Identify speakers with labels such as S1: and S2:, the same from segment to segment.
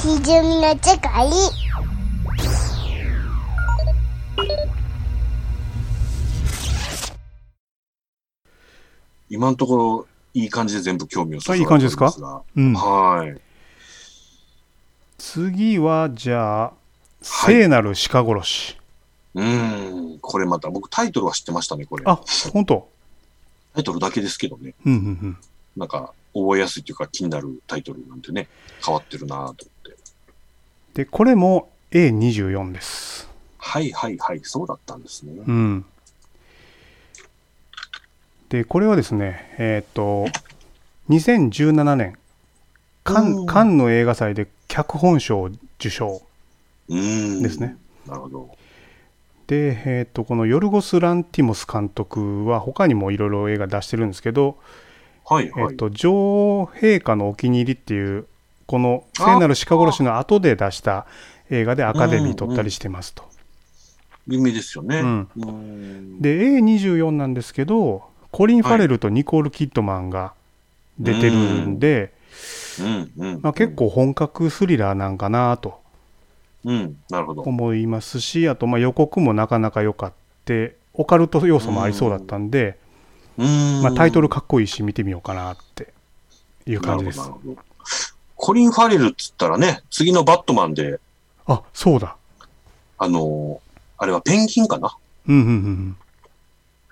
S1: 基準の違い
S2: 今のところ、いい感じで全部興味をそそられて
S3: あいい感じですか
S2: おりま
S3: うん
S2: がはい。
S3: 次は、じゃあ、聖なる鹿殺し。
S2: うーん、これまた、僕タイトルは知ってましたね、これ。
S3: あ、本当
S2: タイトルだけですけどね。
S3: うんうんうん。
S2: なんか、覚えやすいというか気になるタイトルなんてね、変わってるなぁと思って。
S3: で、これも A24 です。
S2: はいはいはい、そうだったんですね。
S3: うん。で、これはですね、えっ、と、2017年、カ
S2: お
S3: ン
S2: ー
S3: カンの映画祭で脚本賞を受賞
S2: うーん。
S3: ですね。。
S2: なるほど。
S3: で、えー、とこのヨルゴス・ランティモス監督は他にもいろいろ映画出してるんですけど、
S2: はいはい。
S3: えー、と女王陛下のお気に入りっていうこの聖なる鹿殺しの後で出した映画でアカデミー取ったりしてますと。
S2: 有名ですよね。
S3: うん
S2: ーん
S3: で A24 なんですけどコリン・ファレルとニコール・キッドマンが出てるんで、
S2: うんうん
S3: まあ、結。構本格スリラーなんかなと
S2: うん、なるほど。
S3: 思いますしあとまあ予告もなかなか良かってオカルト要素もありそうだったんで。
S2: うーん。
S3: まあ、タイトルかっこいいし見てみようかなっていう感じです
S2: なる。ほどなるほどコリン・ファレルっつったらね、次のバットマンで、
S3: あそうだ。
S2: あのーあれはペンギンかな
S3: うんうんうん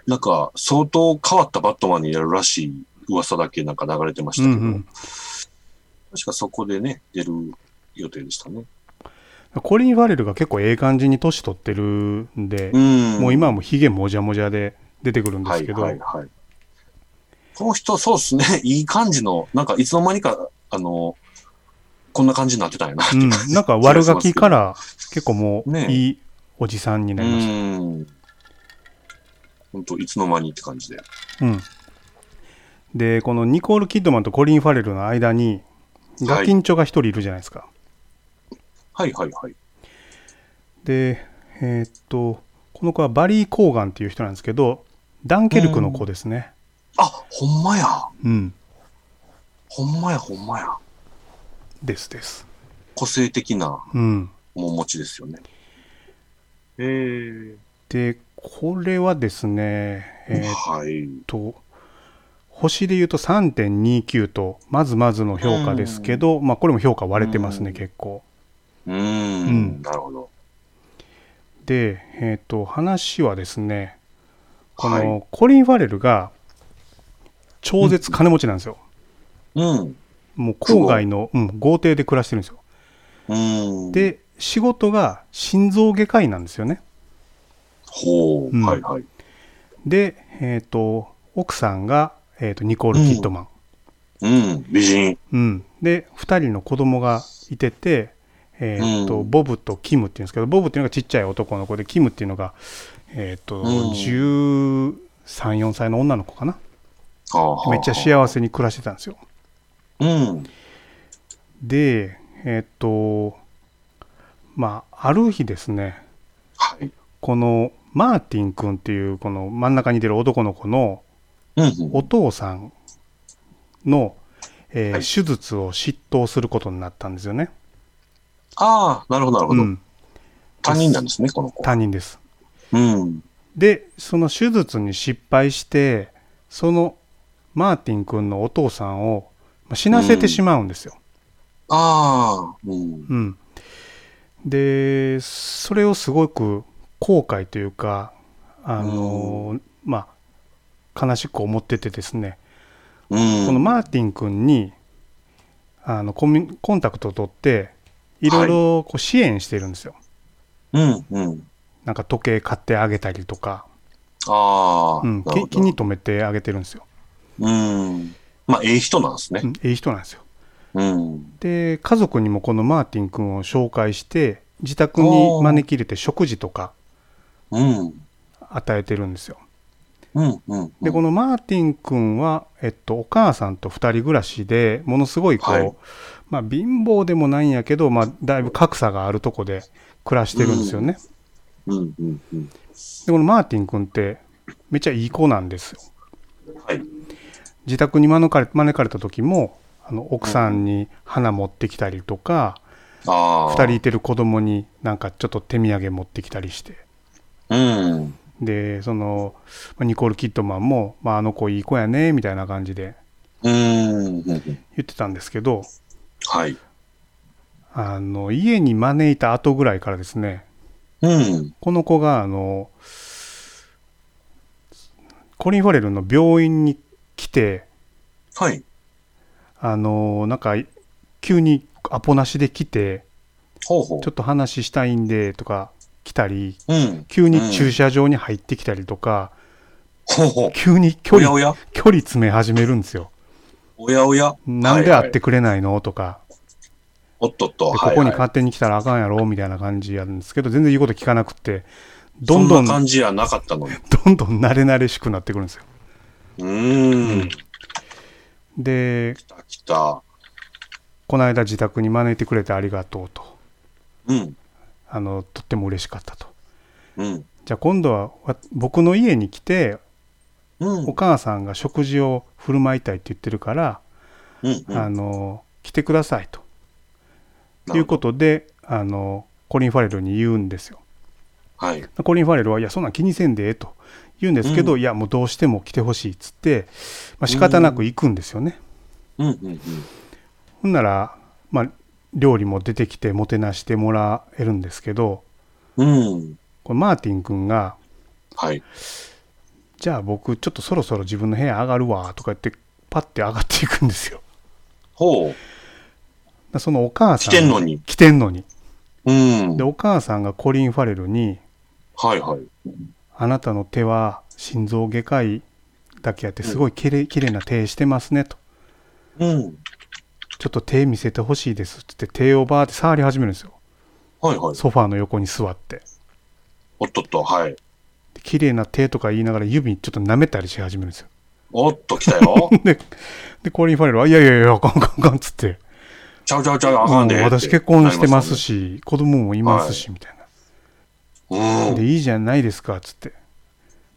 S2: なんか、相当変わったバットマンになるらしい噂だけなんか流れてまし
S3: う
S2: た
S3: ん。う
S2: け
S3: ん
S2: ど、
S3: うん
S2: 確かそこでね、出る予定でしたね。
S3: コリン・ファレルが結構ええ感じに年取ってるんで
S2: う、ん。
S3: もう今はもうヒゲもじゃもじゃで出てくるんで
S2: は
S3: す
S2: い
S3: けど、
S2: はいはい。この人、そうですね、いい感じの、なんかいつの間にか、あのーこんな感じになってたんやなって
S3: う、
S2: いうん
S3: なんか悪ガキから結構もう
S2: ねえ
S3: いいおじさんになりまし
S2: うん。本当いつの間にって感じで。
S3: た。うんでこのニコール・キッドマンとコリン・ファレルの間にガキンチョが一人いるじゃないですか。
S2: はいはいはい。
S3: でえーっとこの子はバリー・コーガンっていう人なんですけどダンケルクの子ですね。
S2: あ、ほんまや。
S3: うん、
S2: ほんまやほんまや。
S3: ですです。
S2: 個性的な
S3: うん、
S2: 面持ちですよね。えー、
S3: でこれはですねえーっ
S2: はい。
S3: と星で言うと3.29とまずまずの評価ですけど、まあ、これも評価割れてますね、
S2: うん
S3: 結構。
S2: うーん,、
S3: うん
S2: なるほど。
S3: で、えーっと話はですねこ
S2: はい
S3: のコリン・ファレルが超絶金持ちなんですよ。
S2: うん。
S3: もう郊外の、うん、豪邸で暮らしてるんですよ。
S2: うん。、
S3: で仕事が心臓外科医なんですよね。
S2: ほう、
S3: うん
S2: はいはい。
S3: で、えーっと奥さんが、えーっとニコール・キッドマン。
S2: うん、美人。
S3: うん、で2人の子供がいてて、えーっと
S2: うん
S3: ボブとキムっていうんですけどボブっていうのがちっちゃい男の子でキムっていうのが、えーっと
S2: うん
S3: 1 3 4歳の女の子かな
S2: はあはあ
S3: めっちゃ幸せに暮らしてたんですよ
S2: うん。
S3: でえーっとまあある日ですね
S2: はい。
S3: このマーティン君っていうこの真ん中に出る男の子の
S2: うんうん。
S3: お父さんの、えー
S2: はい
S3: 手術を執刀することになったんですよね、
S2: ああ、なるほどなるほ
S3: う
S2: ど。
S3: ん、
S2: 他人なんですね、この子。
S3: 担任です
S2: うん。
S3: でその手術に失敗してそのマーティン君のお父さんをまあ死なせてしまうんですよ。
S2: ああ、うん。
S3: うんでそれをすごく後悔というかあの、まあ悲しく思っててですね、
S2: うん。
S3: このマーティン君にあのコミュコンタクトを取っていろいろこう支援してるんですよ。
S2: うん、うん。
S3: なんか時計買ってあげたりとか、
S2: ああ、
S3: うん、
S2: なるほ
S3: 気
S2: ど
S3: 気に留めてあげてるんですよ。
S2: うん。まあ、ええ人なんですね
S3: う。ん、いい人なんですよ。
S2: うん。
S3: で家族にもこのマーティン君を紹介して自宅に招き入れて食事とか
S2: うん。
S3: 与えてるんですよ
S2: うん、うん。
S3: でこのマーティン君は、えっと、お母さんと2人暮らしでものすごいこう、
S2: はい
S3: まあ、貧乏でもないんやけど、まあ、だいぶ格差があるとこで暮らしてるんですよね、
S2: うん、うん、うん。
S3: でこのマーティン君ってめっちゃいい子なんですよ
S2: はい。
S3: 自宅に招かれ招かれた時もあの奥さんに花持ってきたりとか、
S2: ああ。
S3: 2人いてる子供になんかちょっと手土産持ってきたりして
S2: うん。
S3: でそのまあニコール・キッドマンも、まあ、あの子いい子やねみたいな感じで
S2: うん。
S3: 言ってたんですけど
S2: はい。
S3: あの家に招いた後ぐらいからですね
S2: うん。
S3: この子があのコリン・ファレルの病院に来て
S2: はい。
S3: あのなんか急にアポなしで来て
S2: ほうほう
S3: ちょ。っと話したいんでとか来たり
S2: うん。
S3: 急に駐車場に入ってきたりとか、
S2: ほうほう。
S3: 急に距
S2: おや
S3: 離
S2: おや
S3: 距離詰め始めるんですよ。
S2: おやおや。
S3: なん
S2: はい
S3: で
S2: は
S3: 会
S2: い
S3: ってくれないのとか、
S2: おっとっと。
S3: で
S2: はい
S3: ここ
S2: は
S3: に
S2: い
S3: 勝手に来たらあかんやろみたいな感じやるんですけど、全然言うこと聞かなくて、どんど
S2: そ
S3: ん、
S2: んな
S3: どん
S2: 感じやなかったのに。
S3: どん慣れ慣れしくなってくるんですよ。
S2: うーん。来
S3: で、
S2: た来た。
S3: この間自宅に招いてくれてありがとうと、
S2: うん。
S3: あの、とっても嬉しかったと。
S2: うん。
S3: じゃあ今度はわ僕の家に来て、
S2: うん。
S3: お母さんが食事を振る舞いたいって言ってるから、
S2: うん。
S3: あの、来てくださいと。
S2: うん
S3: いうことで、あの、コリン・ファレルに言うんですよ。
S2: はい。
S3: コリン・ファレルは、いや、そんなん気にせんでええと言うんですけど、
S2: う
S3: いや、もうどうしても来てほしいっつって、まあ仕方なく行くんですよね。
S2: うん。うん。うん。
S3: ほんなら、まあ、料理も出てきて、もてなしてもらえるんですけど、
S2: うん。
S3: これマーティン君が、
S2: はい。
S3: じゃあ僕、ちょっとそろそろ自分の部屋上がるわとか言って、パッて上がっていくんですよ。
S2: ほう。
S3: だそのお母
S2: 来
S3: さん。
S2: てんのに。
S3: 来てんのに。
S2: うん
S3: で、。お母さんがコリン・ファレルに、
S2: はいはい。
S3: あなたの手は心臓外科医だけあって、すごいきれいきれいな手してますねと。
S2: うん。
S3: ちょっと手見せてほしいですって言って手をバーって触り始めるんですよ。
S2: はいはい。
S3: ソファーの横に座って。
S2: おっとっと。はい。
S3: で綺麗な手とか言いながら指ちょっと舐めたりし始めるんですよ。
S2: おっと来た よ。
S3: で、でコリン・ファレルは、いやいやいや、あかんあかんあかんっつって。
S2: ちゃうちゃうちゃう。あかんで。
S3: もう私結婚してます。し、子供もいますし、みたい
S2: うん
S3: な。。で、いいじゃないですか、っつって。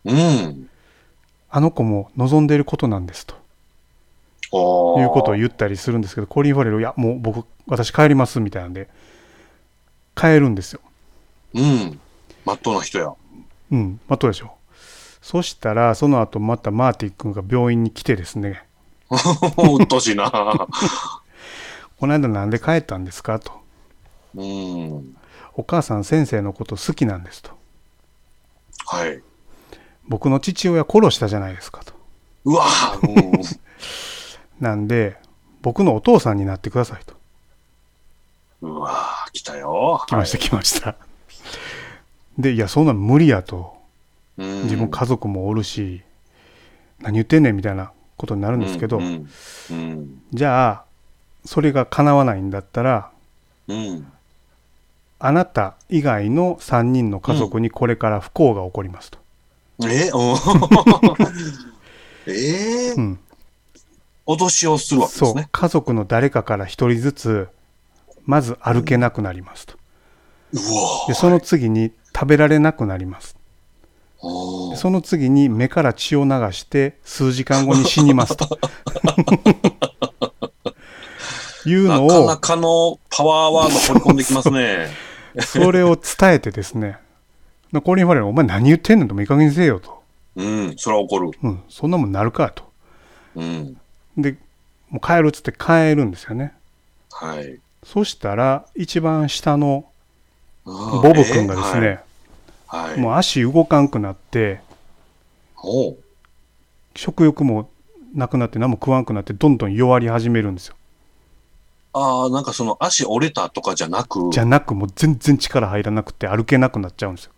S2: うん。
S3: あの子も望んでいることなんです、と
S2: おー
S3: いうことを言ったりするんですけど、コリン・ファレルは、いや、もう僕、私帰ります、みたいなんで、帰るんですよ。
S2: うん。まっとうな人や。
S3: うん、まあ、どうでしょう。そしたら、その後またマーティ君が病院に来てですね、
S2: うっとうしいな。
S3: この間なんで帰ったんですかと。
S2: うん。
S3: お母さん先生のこと好きなんですと。
S2: はい。
S3: 僕の父親殺したじゃないですかと。
S2: うわぁ。うん
S3: なんで、僕のお父さんになってくださいと。
S2: うわぁ、来たよ。
S3: 来ました、来ました。で、いや、そんなん無理やと。
S2: はい
S3: 自分家族もおるし、何言ってんねんみたいなことになるんですけど、
S2: うん。うん。
S3: じゃあ、それが叶わないんだったら、
S2: うん。
S3: あなた以外の3人の家族にこれから不幸が起こりますと。
S2: えお ーえ
S3: う
S2: ー、
S3: ん
S2: 脅しをするわけで
S3: そ
S2: す
S3: う
S2: ね。
S3: 家族の誰かから1人ずつまず歩けなくなりますと。
S2: うわ
S3: でその次に食べられなくなります。
S2: お
S3: で
S2: ー
S3: その次に目から血を流して数時間後に死にます と。いうの
S2: なかなか
S3: を
S2: のパワーワード掘り込んできますね。
S3: それを伝えてですねコーリン・ファレルお前何言ってんのともいい加減にせえよと、
S2: うん、それは怒る。
S3: うん、そんなもんなるかと
S2: うん。
S3: でもう帰るっつって帰るんですよね
S2: はい。
S3: そしたら一番下の
S2: ボ
S3: ボブ君がですね、
S2: はい。はい、
S3: もう足動かんくなって
S2: おう
S3: 食欲もなくなって何も食わんくなってどんどん弱り始めるんですよ
S2: ああ、なんかその足折れたとかじゃなく、
S3: じゃなくもう全然力入らなくて歩けなくなっちゃうんですよ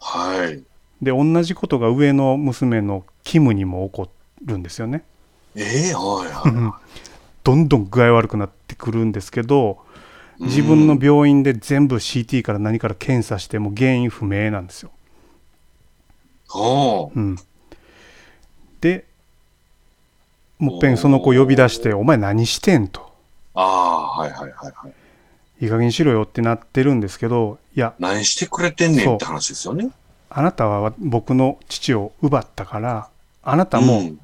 S2: はい。
S3: で同じことが上の娘のキムにも起こるんですよね
S2: ええはいはい。
S3: どんどん具合悪くなってくるんですけど 自分の病院で全部 CT から何から検査しても原因不明なんですよ
S2: おう
S3: うん、でもっぺんその子呼び出して「お前何してん?」と
S2: ああー、はいはいはいはい。
S3: 「いい加減にしろよ」ってなってるんですけど「いや
S2: 何してくれてんねんって話ですよね。
S3: あなたは僕の父を奪ったからあなたも
S2: ん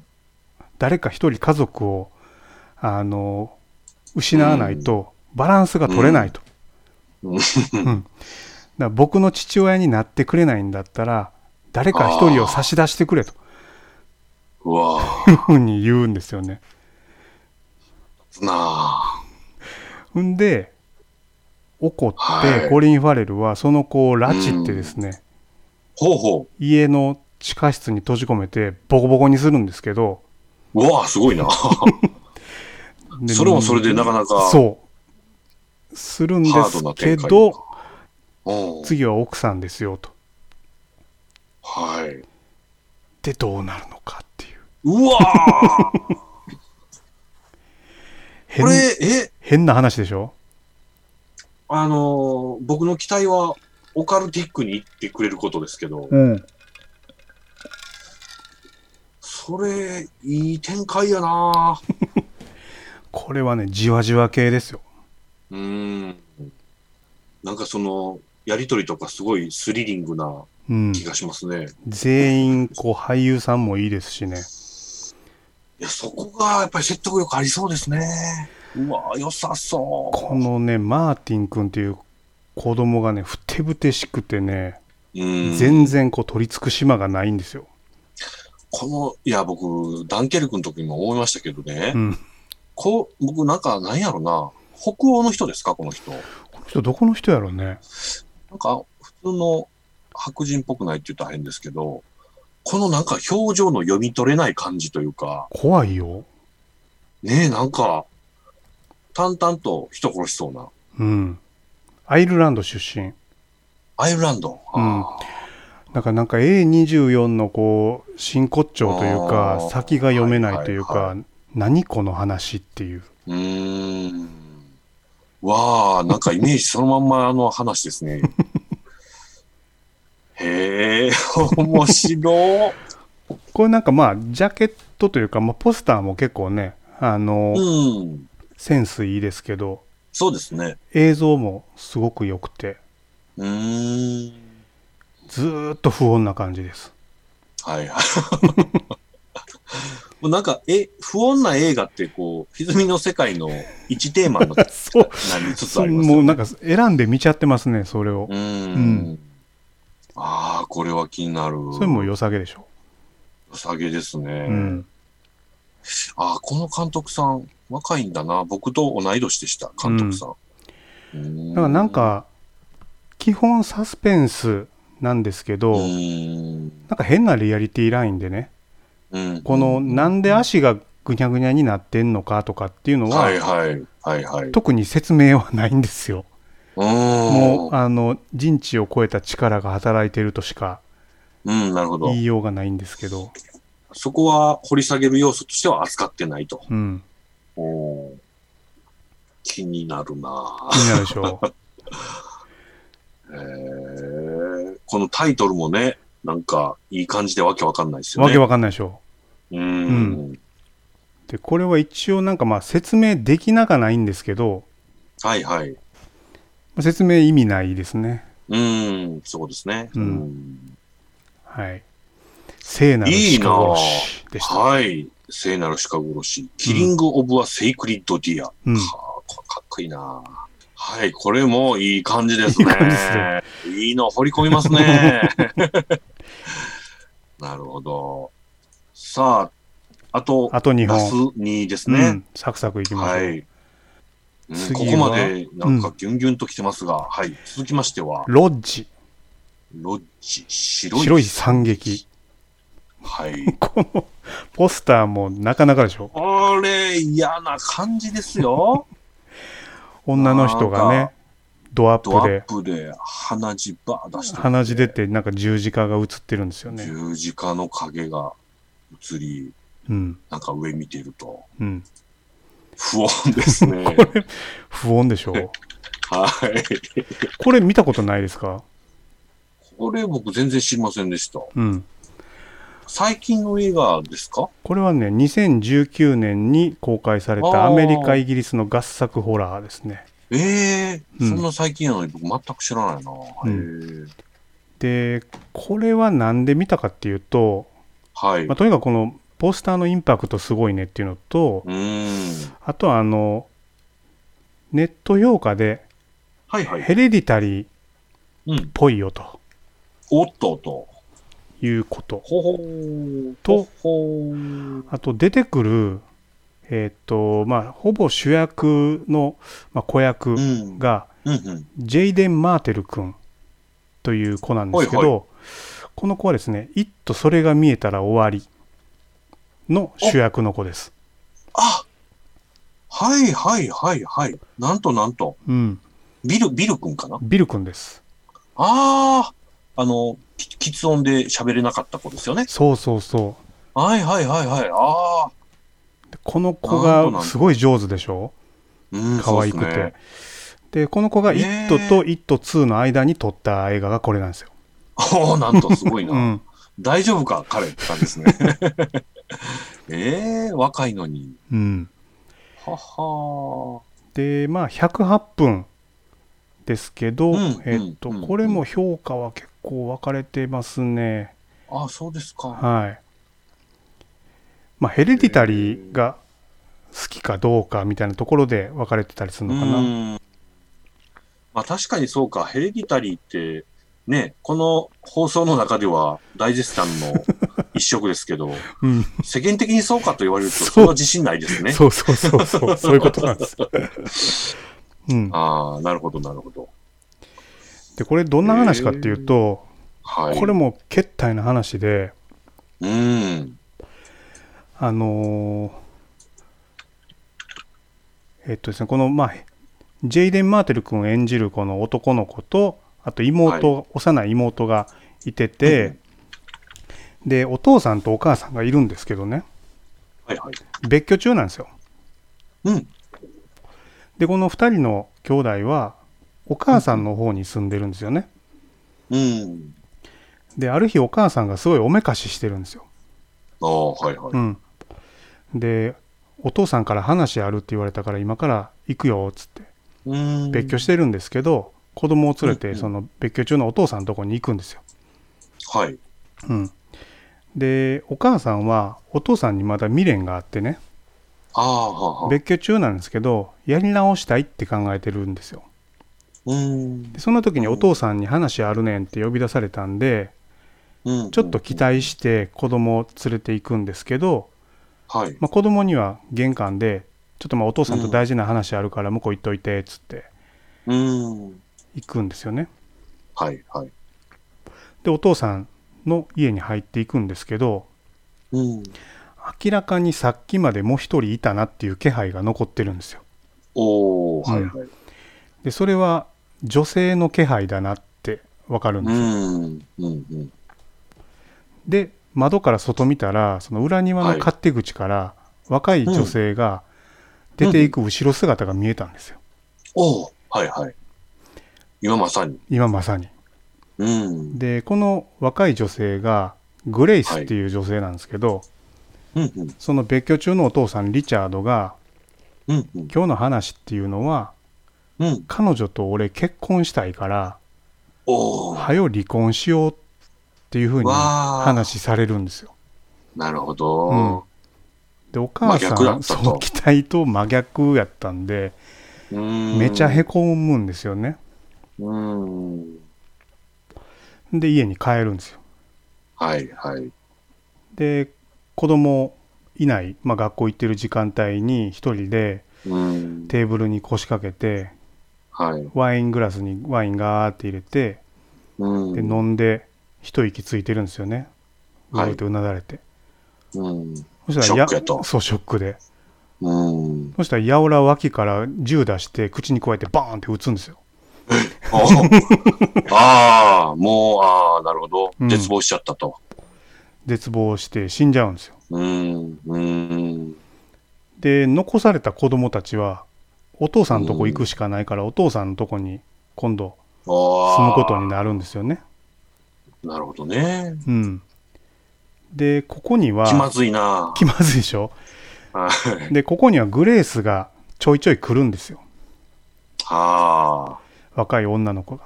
S3: 誰か一人家族を、あの失わないとバランスが取れないと、
S2: うん
S3: うんだから僕の父親になってくれないんだったら誰か一人を差し出してくれと
S2: うわぁ、
S3: いうふうに言うんですよね
S2: なあ。
S3: んで怒って、
S2: はい
S3: コリン・ファレルはその子を拉致ってですね、
S2: ほうほ
S3: 家の地下室に閉じ込めてボコボコにするんですけど
S2: う。うわぁ、すごいな。
S3: で
S2: それもそれでなかなか
S3: そうするんで
S2: ハー
S3: す
S2: ドな
S3: け
S2: 展開。
S3: ど
S2: うん。
S3: 次は奥さんですよと
S2: はい。
S3: でどうなるのかっていう
S2: うわぁこ
S3: 変
S2: れ、え、
S3: 変な話でしょ
S2: あのー僕の期待は、オカルティックに行ってくれることですけど、
S3: うん
S2: それ、いい展開やなぁ。
S3: これはねじわじわ系ですよ
S2: うーん。なんかその、やりとりとかすごいスリリングな
S3: うん
S2: 気がしますね。い
S3: 全員こう俳優さんもいいですしね
S2: や、そこがやっぱり説得力ありそうですね。うわ良さそ
S3: このねマーティン君っていう子供がねふてぶてしくてね
S2: う。うん。
S3: 全然こう取り付く島がないんですよ、
S2: この、いや、僕、ダンケルクの時も思いましたけどね。
S3: うん、
S2: こう、僕なんか、なんやろな。北欧の人ですか、この人。
S3: この人どこの人やろうね
S2: なんか、普通の白人っぽくないって言ったら変ですけど、このなんか表情の読み取れない感じというか、
S3: 怖いよ
S2: ねえ、なんか、淡々と人殺しそうな。
S3: うんアイルランド出身
S2: アイルランド。
S3: うん
S2: あ
S3: だからなんか A24 のこう真骨頂という
S2: あ
S3: か
S2: ー
S3: 先が読めないというか、
S2: はい
S3: 何この話っていう
S2: ーうーん。わあ、なんかイメージ そのまんまの話です ね。へえ、面白い。
S3: これなんかまあジャケットというか、まあ、ポスターも結構ねあの、
S2: うん。
S3: センスいいですけど
S2: そうですね。
S3: 映像もすごく良くて
S2: うーん。
S3: ずーっと不穏な感じです
S2: はい はい。もうなんか、え、不穏な映画って、こう、歪みの世界の一テーマにな
S3: そう
S2: なりつつ
S3: そ
S2: あ
S3: う
S2: りますよ、ね。
S3: もうなんか選んで見ちゃってますねそれを
S2: うーん。
S3: うん
S2: ああ、これは気になる。
S3: それも良さげでしょ、
S2: 下げですね。
S3: うん、
S2: ああ、この監督さん、若いんだな。僕と同い年でした、監督さん。うん
S3: だからなん、か基本サスペンスなんですけ
S2: う
S3: ど、
S2: ーん
S3: なんか変なリアリティラインでね
S2: うん、
S3: このなんで足がぐにゃぐにゃになってんのかとかっていうのは、
S2: はいはい、はいはい。
S3: 特に説明はないんですよ。も
S2: も
S3: うあの人知を超えた力が働いてるとしか
S2: うん、うん、なるほど
S3: 言。いようがないんですけど、
S2: そこは掘り下げる要素としては扱ってないと。
S3: うん、
S2: おー気になるな
S3: 気になるでし ょ
S2: ぁ、
S3: う。
S2: えーこのタイトルもね、なんかいい感じでわけわかんないですよ
S3: わ
S2: ね。
S3: けわかんないでしょ
S2: うーん。
S3: う。でこれは一応なんかまあ説明できなかないんですけど
S2: はいはい。う
S3: まあ説明意味ないですね。
S2: ーん、そうですね。
S3: うん
S2: うん
S3: はい。聖なる
S2: いいな
S3: 鹿
S2: ぁ
S3: 殺しでした。
S2: はい。聖なる鹿殺し。キリング・オブ・ア・セイクリッド・ディア。
S3: うん
S2: はあこれかっこいいなぁはい、これもいい感じですね
S3: いい感じですね。
S2: いいの掘り込みますね。 なるほど。さあ、あと、
S3: あと2
S2: ラス
S3: 本。
S2: 2です
S3: う
S2: ね
S3: ん。、サクサクいきましょ
S2: は
S3: う。
S2: い。うん
S3: 次は
S2: ここまでなんかギュンギュンと来てますが、はい。続きましては、
S3: ロッジ
S2: ロッジ、白い。
S3: 白い惨劇。
S2: はい。
S3: このポスターもなかなかでしょ
S2: これ、嫌な感じですよ。
S3: 女の人が
S2: なん
S3: ね
S2: か
S3: ドア
S2: ド
S3: ッ
S2: ア
S3: プ
S2: ップ
S3: で
S2: で鼻血ばー出して、
S3: 鼻血出てなんか十字架が映ってるんですよね
S2: 十字架の影が映り、
S3: うん
S2: なんか上見てると、
S3: うん
S2: 不穏ですね。
S3: これ不穏でしょう
S2: はい。
S3: これ見たことないですか
S2: これ僕全然知りませんでした。
S3: うん
S2: 最近の映画ですか
S3: これはね2019年に公開された
S2: あー
S3: アメリカイギリスの合作ホラーですね
S2: ええ
S3: うん
S2: そんな最近やのに僕全く知らないな。
S3: ん
S2: へえ
S3: でこれはなんで見たかっていうと、
S2: はい。
S3: まあ、とにかくこのポスターのインパクトすごいねっていうのと
S2: うーん。
S3: あとはあのネット評価で、
S2: はいはい。
S3: ヘレディタリーっ
S2: うん。
S3: ぽいよと
S2: おっとおっと。
S3: いうこと。
S2: ほほー。
S3: と
S2: ほほー。
S3: あと出てくる、えっ、と、まあ、ほぼ主役の、まあ、子役
S2: うん。
S3: が、
S2: うんうん。
S3: ジェイデン・マーテル君という子なんですけど、
S2: はいは
S3: この子はですね、いっとそれが見えたら終わりの主役の子です。
S2: あはいはいはいはい。なんとなんと。
S3: うん。
S2: ビル、ビル君かな
S3: ビル君です。
S2: ああ、あの、き喫音で喋れなかった子ですよね。
S3: そうそうそ
S2: はいはいはいはい。ああ。
S3: う。でこの子
S2: あそうなん
S3: が
S2: だ
S3: すごい上手でしょ
S2: うん、
S3: 可愛く
S2: そうっす
S3: て
S2: ね。。
S3: で、この子が「イ
S2: ね
S3: ッ
S2: え
S3: ト!」と「イット2」の間に撮った映画がこれなんですよ。
S2: おおなんとすごいな。
S3: うん。
S2: 大丈夫か彼って感じですね。 ええ若いのに。
S3: うん。
S2: はは
S3: で、まあ、108分ですけど、
S2: うん
S3: えっと、
S2: うん
S3: これも評価は結構分かれてますね。
S2: ああ、そうですか。
S3: はい。まあ、ヘレディタリーが好きかどうかみたいなところで分かれてたりする
S2: う
S3: のかな。
S2: ん。まあ確かにそうか。ヘレディタリーって、ね、この放送の中では大絶賛の一色ですけど、
S3: うん。
S2: 世間的にそうかと言われると、
S3: そう
S2: それは自信ないですね。
S3: そうそうそう そう、そういうことなんです。うん。
S2: ああ、なるほど、なるほど。
S3: で、これどんな話かっていうと、
S2: はい。
S3: これも決体の話で、
S2: うん。
S3: あのーえっとですね、この、まあ、ジェイデン・マーテル君演じるこの男の子と、あと妹、幼い妹がいてて、で、お父さんとお母さんがいるんですけどね、
S2: はいはい。
S3: 別居中なんですよ。
S2: うん。
S3: で、この2人の兄弟は、お母さんの方に住んでるんですよね。
S2: うん。
S3: で、ある日お母さんがすごいおめかししてるんですよ。
S2: ああ、はいは
S3: う
S2: い。
S3: ん。で、お父さんから話あるって言われたから今から行くよ、つって。
S2: うん。
S3: 別居してるんですけど、子供を
S2: う
S3: 連れ
S2: んう
S3: て、
S2: ん
S3: その別居中のお父さんのとこに行くんですよ。
S2: はい。
S3: うん。で、お母さんは、お父さんにまだ未練があってね、
S2: ああ、はあはあ。
S3: 別居中なんですけど、やり直したいって考えてるんですよ。
S2: うん
S3: で、。そんな時にお父さんに話あるねんって呼び出されたんで、
S2: うん
S3: ちょっと期。待して子供を連れて行くんですけど、
S2: はい。
S3: まあ、子供には玄関で、ちょっとまあお父さんと大事な話あるから向こう行っといて、っつって
S2: うん。
S3: 行くんですよね。
S2: はいはい。
S3: で、お父さんの家に入っていくんですけど、
S2: うん。
S3: 明らかにさっきまでもう一人いたなっていう気配が残ってるんですよ。
S2: おおはいはい。
S3: で、それは女性の気配だなってわかるん
S2: う
S3: ですよ。
S2: ん。うん。うん。
S3: で、窓から外見たら、その裏庭の勝手口から若い女性が出ていく後ろ姿が見えたんですよ。
S2: おおはいはい。今まさに。
S3: 今まさに。
S2: うん。
S3: でこの若い女性がグレイスっていう女性なんですけど、
S2: うん。うん。
S3: その別居中のお父さんリチャードが
S2: うん。うん
S3: 「今日の話っていうのは
S2: うん。
S3: 彼女と俺結婚したいから
S2: おお
S3: はよ離婚しよう」っていうふうに
S2: わー
S3: 話されるんですよ。
S2: なるほ
S3: うん
S2: ど。
S3: でお母
S2: 真
S3: さ
S2: 逆だっ
S3: ん
S2: たと
S3: そう期待と真逆やったんで
S2: うん。
S3: めちゃへこむんですよね。
S2: うん。
S3: で家に帰るんですよ。
S2: はいはい。
S3: で子供いない、まあ、学校行ってる時間帯に一人で
S2: うん。
S3: テーブルに腰掛けて
S2: はい。
S3: ワイングラスにワインガーって入れて、
S2: うん。
S3: で飲んで、一息ついてるんですよね。う
S2: はい
S3: るってうなだれて。
S2: うん。
S3: そしたら
S2: ショックやと
S3: そう、ショックで。
S2: うん。
S3: そしたら、やおら脇から銃出して、口に加えてバーンって撃つんですよ。
S2: おーああ、もう、ああ、なるほど
S3: う。ん
S2: 絶望しちゃったと。
S3: 絶望して死んじゃうんですよ。
S2: うん。うん。
S3: で、残された子供たちは、お父さんのとこ行くしかないから、お父さんのとこに今度
S2: ああ。
S3: 住むことになるんですよね。
S2: なるほどね。
S3: うん。で、ここには、
S2: 気まずいな。
S3: 気まずいでしょ
S2: はい
S3: で、ここにはグレースがちょいちょい来るんですよ。
S2: あ
S3: 若い女の子が。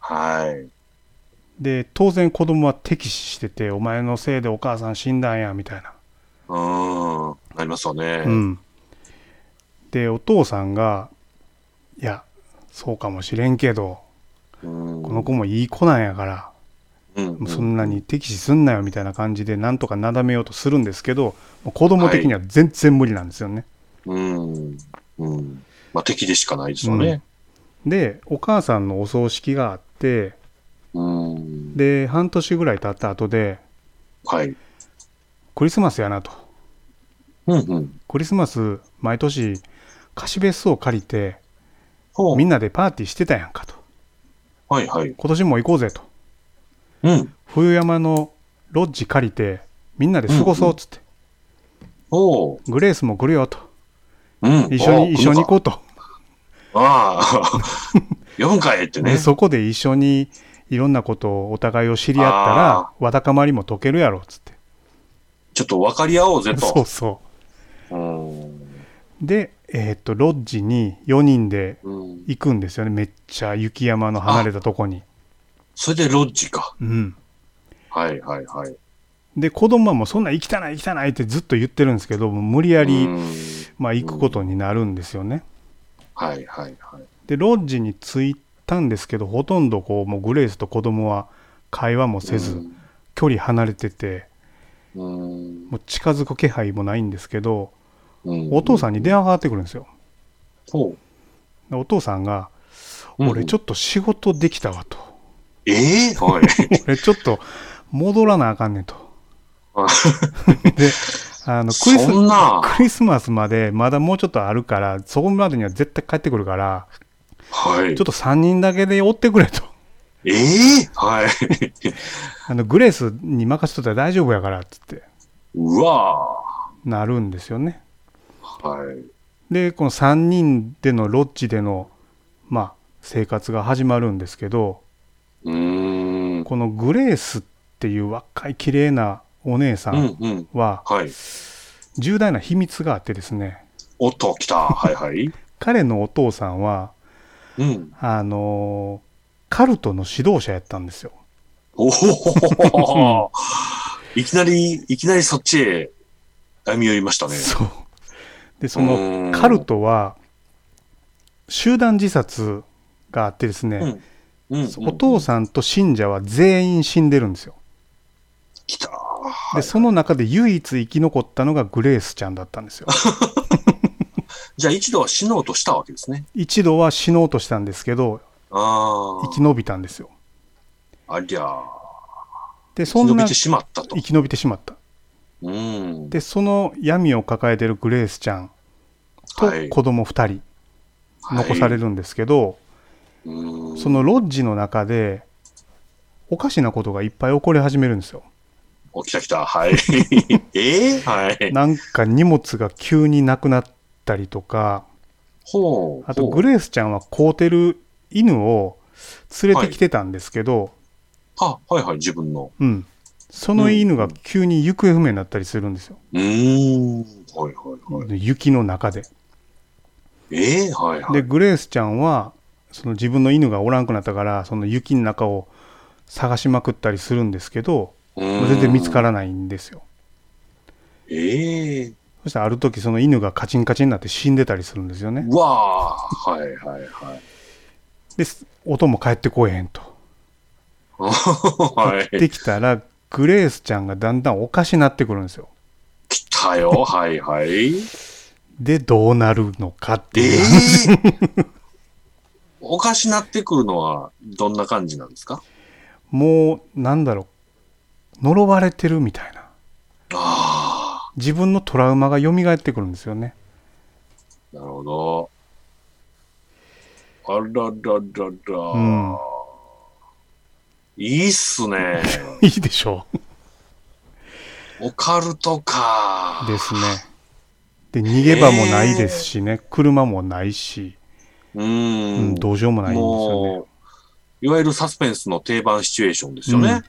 S2: あ、はい。
S3: で当然子供は敵視しててお前のせいでお母さん死んだんやみたいな、
S2: うん、なりますよね。
S3: うん、でお父さんがいや、そうかもしれんけど、
S2: うん
S3: この子もいい子なんやから、
S2: うん
S3: そんなに敵視すんなよみたいな感じで、なんとかなだめようとするんですけど、もう子供的には全然無理なんですよね。
S2: うん。うん。まあ敵でしかないですよね。
S3: で、お母さんのお葬式があって、
S2: うん。
S3: で、半年ぐらい経った後で、
S2: はい。
S3: クリスマスやなと。
S2: うんうん。
S3: クリスマス、毎年、貸別荘を借りて、
S2: ほう
S3: みんなでパーティーしてたやんかと。
S2: はいはい。
S3: 今年も行こうぜと。
S2: うん。
S3: 冬山のロッジ借りて、みんなで過ごそうっつって、
S2: おう。
S3: グレースも来るよと。
S2: うん。
S3: 一緒に、一緒に行こ
S2: う。
S3: うと。
S2: ああ。読むかいってね
S3: で。そこで一緒にいろんなことをお互いを知り合ったら
S2: あ、
S3: わだかまりも解けるやろっつって。
S2: ちょっと分かり合おうぜ
S3: そう
S2: と。
S3: そ
S2: うん。
S3: う。で、えーっと、ロッジに4人で
S2: うん。
S3: 行くんですよね。めっちゃ雪山の離れたとこに。
S2: それでロッジか。
S3: うん。
S2: はいはいはい。
S3: で、子供はもうそんな行きたない行きたないってずっと言ってるんですけど、もう無理やり、
S2: うん
S3: まあ行くことになるんですよね。
S2: はいはいはい。
S3: でロッジに着いたんですけどほとんどこうもうグレースと子供は会話もせず、距離離れてて
S2: うん。
S3: もう近づく気配もないんですけど
S2: うん
S3: お父さんに電話がかかってくるんですよ
S2: ほう
S3: でお父さんが「
S2: うん
S3: 俺ちょっと仕事できたわ」と
S2: ええはい。
S3: 「俺ちょっと戻らなあかんねん」と。 であのクリス
S2: そんな
S3: クリスマスまでまだもうちょっとあるからそこまでには絶対帰ってくるから
S2: はい
S3: ちょっ。と3人だけで追ってくれと
S2: ええはい。
S3: あのグレースに任せとったら大丈夫やからっつって
S2: うわ
S3: なるんですよね
S2: ーはい。
S3: でこの3人でのロッジでの、まあ、生活が始まるんですけど
S2: うーん。
S3: このグレースっていう若い綺麗なお姉さ
S2: うんんうん。
S3: は
S2: はい。
S3: 重大な秘密があってですね
S2: おっと、来た。はいはい。
S3: 彼のお父さんは
S2: うん。
S3: あのーカルトの指導者やったんですよ。
S2: おおいきなり、いきなりそっちへ歩み寄りましたね。
S3: そうでそう
S2: ー
S3: の
S2: ん
S3: カルトは集団自殺があってですね、
S2: うん。うん。
S3: お父さんと信者は全員死んでるんですよ。
S2: 来た。
S3: で、その中で唯一生き残ったのがグレースちゃんだったんですよ。
S2: じゃあ一度は死のうとしたわけですね。
S3: 一度は死のうとしたんですけど、
S2: あ
S3: 生き延びたんですよ。
S2: あ。ありゃー。
S3: で、そ
S2: 生き
S3: ん
S2: 延び
S3: な、
S2: て
S3: 生
S2: しまったと。
S3: き延びてしまった。
S2: うん。
S3: で、その闇を抱えてるグレースちゃんと
S2: はい
S3: 子供2人残され
S2: る。
S3: るんですけど、
S2: うん
S3: そのロッジの中で、おかしなことがいっぱい起こり始めるんですよ。
S2: お、来た来た。はい。 ええはい。
S3: なんか荷物が急になくなったりとか、
S2: ほう。
S3: あとグレースちゃんは凍ってる犬を連れてきてたんですけど、
S2: あ、はいはい、自分の。
S3: うん。その犬が急に行方不明になったりするんですよ。
S2: うーん。はいはいはい。
S3: 雪の中で。
S2: ええはいは
S3: で、
S2: い。
S3: グレースちゃんは、その自分の犬がおらんくなったから、その雪の中を探しまくったりするんですけど、全
S2: 全
S3: 然見つかららないんですよ。
S2: ええ
S3: そしたらある時その犬がカチンカチンになって死んでたりするんですよね。
S2: うわあ。はいはいはい。
S3: で、音も帰ってこえへんと。
S2: は
S3: で
S2: い。
S3: きたら、グレースちゃんがだんだんおかしになってくるんですよ。
S2: 来たよ。はいはい。え
S3: で、どうなるのかって
S2: え
S3: いう。
S2: おかしなってくるのはどんな感じなんですか
S3: もう、なんだろう。呪われてるみたいな。
S2: あ
S3: 自分のトラウマが蘇ってくるんですよね。
S2: あ、なるほど。あらららら。
S3: うん
S2: いいっすね。
S3: いいでしょう。
S2: オカルトか。
S3: ですね。で、逃げ場もないですしね、車もないし、
S2: う
S3: うんん、どうしようもないんですよね。
S2: もう、いわゆるサスペンスの定番シチュエーションですよね。
S3: うん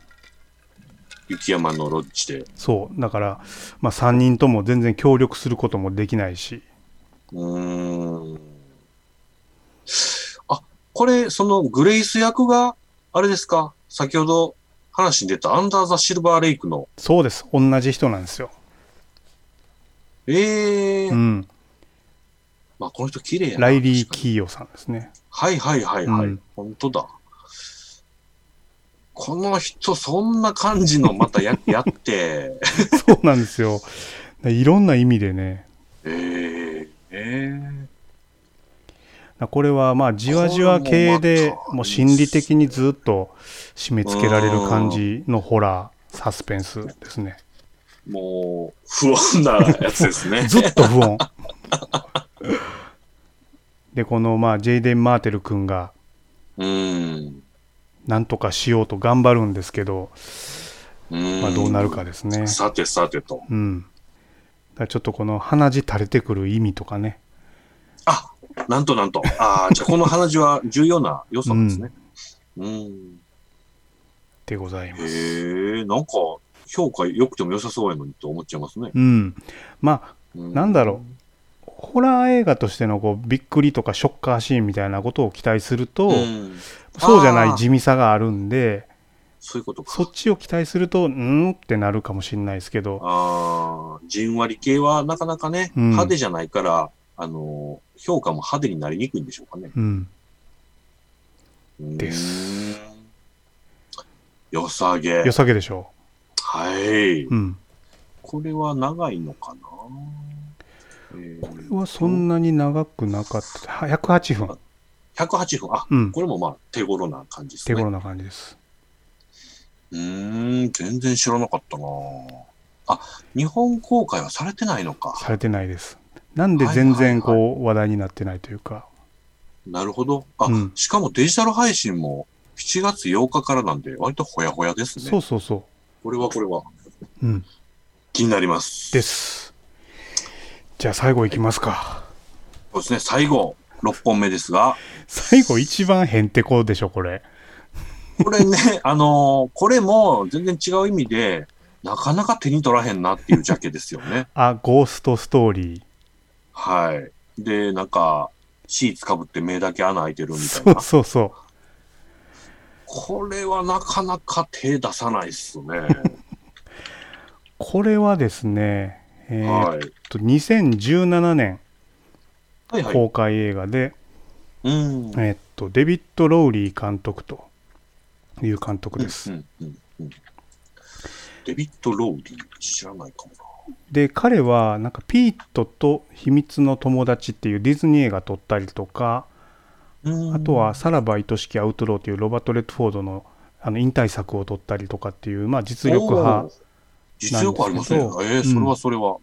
S2: 雪山のロッジで。
S3: そう。だから、まあ、3人とも全然協力することもできないし、
S2: うーん。あ、これ、そのグレイス役が、あれですか先ほど話に出たアンダーザ・シルバー・レイクの。
S3: そうです。同じ人なんですよ。
S2: ええ
S3: うん。
S2: まあ、この人綺麗やな
S3: ライリー・
S2: 確かに
S3: キーヨさんですね。
S2: はいはいはいはい。
S3: うん
S2: 本当だ。この人、そんな感じのまたや やって、
S3: そうなんですよ。だいろんな意味でね、
S2: えー、えー、
S3: だこれはまあじわじわ系
S2: これ
S3: で
S2: もまた
S3: もう心理的にずっと締め付けられる感じのホラー、サスペンスですね。
S2: もう、不穏なやつです ね。
S3: ずっと不穏。で、このまあジェイデン・マーテル君が
S2: うん。
S3: 何とかしようと頑張るんですけど、ま
S2: ま
S3: あ、どうなるかですね。
S2: さてさてと。
S3: うん。だからちょっとこの鼻血垂れてくる意味とかね。
S2: あなんとなんと。ああ、じゃあこの話は重要な要素なんですね。うん。
S3: でございます。
S2: へえ、なんか、評価良くても良さそうやのにと思っちゃいますね。
S3: うん。まあ、
S2: な
S3: なんだろう。ホラー映画としてのこうびっくりとかショッカーシーンみたいなことを期待すると、
S2: うん
S3: そうじゃない地味さがあるんで、
S2: そういうこと
S3: そ
S2: か
S3: っ。ちを期待すると、うーんってなるかもしれないですけど、
S2: ああ、じんわり系はなかなかね、
S3: うん
S2: 派手じゃないから、あのー、評価も派手になりにくいんでしょうかね。。
S3: うん。です
S2: 良さげ
S3: 良。さげでしょ
S2: はい。
S3: う。うん。
S2: これは長いのかなえ
S3: これはそんなに長くなかった。は108分。
S2: 108分。あ、
S3: うん。
S2: これもまあ手頃な感じです
S3: 手
S2: ね。
S3: 頃な感じです。
S2: うーん、全然知らなかったなあ、日本公開はされてないの
S3: さ
S2: か。
S3: れてないです。なんで全然
S2: はい
S3: こう話題になってないというか。
S2: なるほど。あ、
S3: うん
S2: しかもデジタル配信も7月8日からなんで、割とほやほやです
S3: そ
S2: ね
S3: う。そうそ
S2: これはこれは
S3: う。うん。
S2: 気になります。
S3: です。じゃあ最後いきますか。
S2: そうですね、最後、6本目ですが、
S3: 最後一番へんてこでしょ、これ。
S2: これね、 あのーこれも全然違う意味で、なかなか手に取らへんなっていうジャケですよね。
S3: あ、ゴーストストーリ
S2: はい。で、なんか、シーツかぶって目だけ穴開いてる
S3: ー。
S2: みたい
S3: そ
S2: な
S3: う。そうそ
S2: これはなかなか手出さないっすね。
S3: う。これはです ね、えーっ
S2: はい。
S3: と、2017年
S2: はいはい。
S3: 公開映画で、
S2: うん。
S3: えーっと、デビッド・ローリー監督という監督で
S2: う
S3: す。
S2: んうんうんデビッド・ローリー、知らないかも
S3: で、彼は、なんか、ピートと秘密の友達っていうディズニー映画撮ったりとか、
S2: な。うん
S3: あとは、、さらば愛しきアウトローというロバート・レッドフォードのあの引退作を撮ったりとかっていう、まあ、実力派
S2: おー。実力ありますね。え
S3: なんです
S2: ー、そ
S3: けど
S2: れはそれは。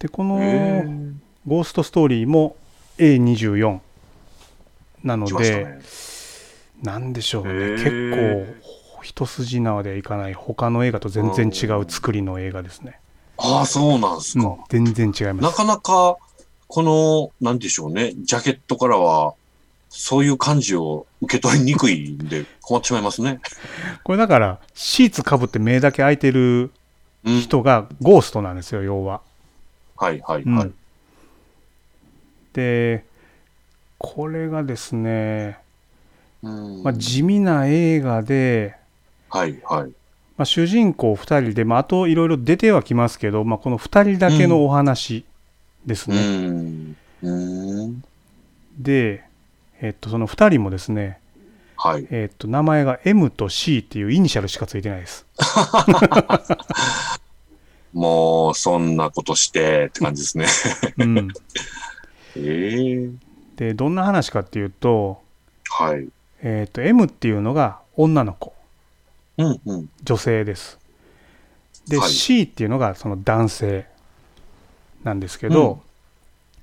S3: でこ
S2: え
S3: の「ゴーストストーリー」も A24 なの
S2: ー、来
S3: で、
S2: ましたね。
S3: なんでしょうね、
S2: へー
S3: 結構一筋縄ではいかない他の映画と全然違う作りの映画ですね、
S2: ああ、そうなんす
S3: う
S2: か。
S3: ん、全然違いま
S2: な
S3: す
S2: かなか、この、なんでしょうね、ジャケットからは、そういう感じを受け取りにくいんで困ってしまいますね。
S3: これだからシーツかぶって目だけ開いてる
S2: うん、
S3: 人がゴーストなんですよ要は、
S2: はいはい
S3: うん
S2: はい。
S3: でこれがですね、
S2: うん
S3: まあ、地味な映画で、
S2: はいはい。
S3: まあ、主人公2人で、まあ、あといろいろ出てはきますけど、まあ、この2人だけのお話です
S2: う
S3: ね、
S2: ん。うん。
S3: で、えっと、その2人もですね、
S2: はい。
S3: えっと、名前が M と C っていうイニシャルしかついてないです。
S2: もう、そんなことしてって感じ ですね。
S3: うん、
S2: ええ
S3: でどんな話かっていうと,、
S2: はい。
S3: えっと M っていうのが女の子
S2: うんうん。
S3: 女性です。で、
S2: はい
S3: C っていうのがその男性なんですけど、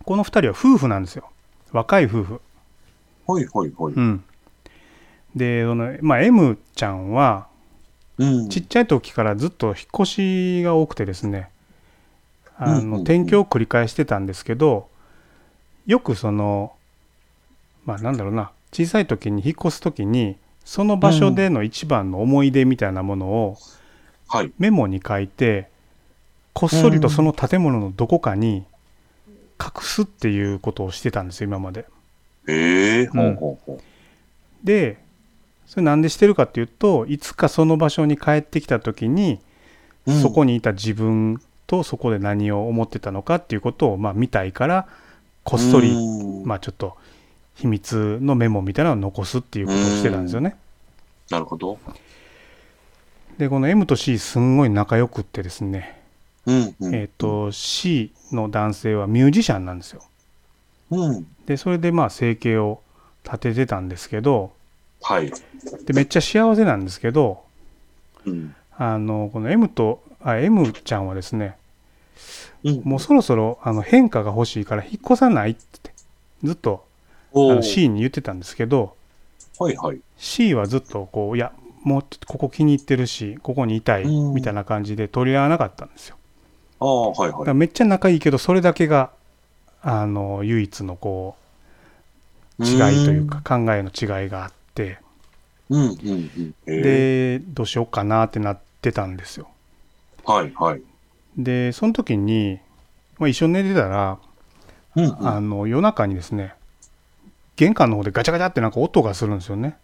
S3: この2人は夫婦なんですよ若い夫婦。
S2: ほいほいほい。
S3: うん、でその、まあ、M ちゃんは
S2: うん。
S3: ちっちゃい時からずっと引っ越しが多くてですねあ
S2: うんうんう
S3: の
S2: ん
S3: 転居を繰り返してたんですけどよくそのまあなんだろうな小さい時に引っ越す時にその場所での一番の思い出みたいなものを
S2: はい。
S3: メモに書いてこっそりとその建物のどこかに隠すっていうことをしてたんですよ今まで。
S2: ええ
S3: う
S2: ほ
S3: ん
S2: うほうほう。
S3: でそれなんでしてるかっていうといつかその場所に帰ってきた時に
S2: うん
S3: そこにいた自分とそこで何を思ってたのかっていうことをまあ見たいからこっそり、
S2: うん
S3: まあちょっと秘密のメモみたいなのを残すっていうことをしてたんですよね。
S2: なるほど。
S3: で、この M と C すんごい仲良くってですね、
S2: うん、うん。
S3: えっ、と、C の男性はミュージシャンなんですよ。
S2: うん。
S3: で、それでまあ生計を立ててたんですけど、
S2: はい。
S3: で、めっちゃ幸せなんですけど、
S2: うん。
S3: あの、この M と、あ、M ちゃんはですね、
S2: うん、
S3: もうそろそろあの変化が欲しいから引っ越さないって言ってずっとあ
S2: お
S3: の
S2: ー
S3: C に言ってたんですけど
S2: はいはい。
S3: C はずっとこういやもうちょっとここ気に入ってるしここにいたい
S2: うん
S3: みたいな感じで取り合わなかったんですよ
S2: ああ、はい
S3: だ
S2: は
S3: から
S2: い。
S3: めっちゃ仲いいけどそれだけがあの唯一のこう違いというか考えの違いがあって
S2: うん。うん、うん、うん。えー、
S3: でどうしようかなってなってたんですよ
S2: はいはい。
S3: でその時に、まあ、一緒に寝てたら
S2: うん、うん。
S3: あ
S2: あ
S3: の夜中にですね玄関の方でガチャガチャってなんか音がするんですよね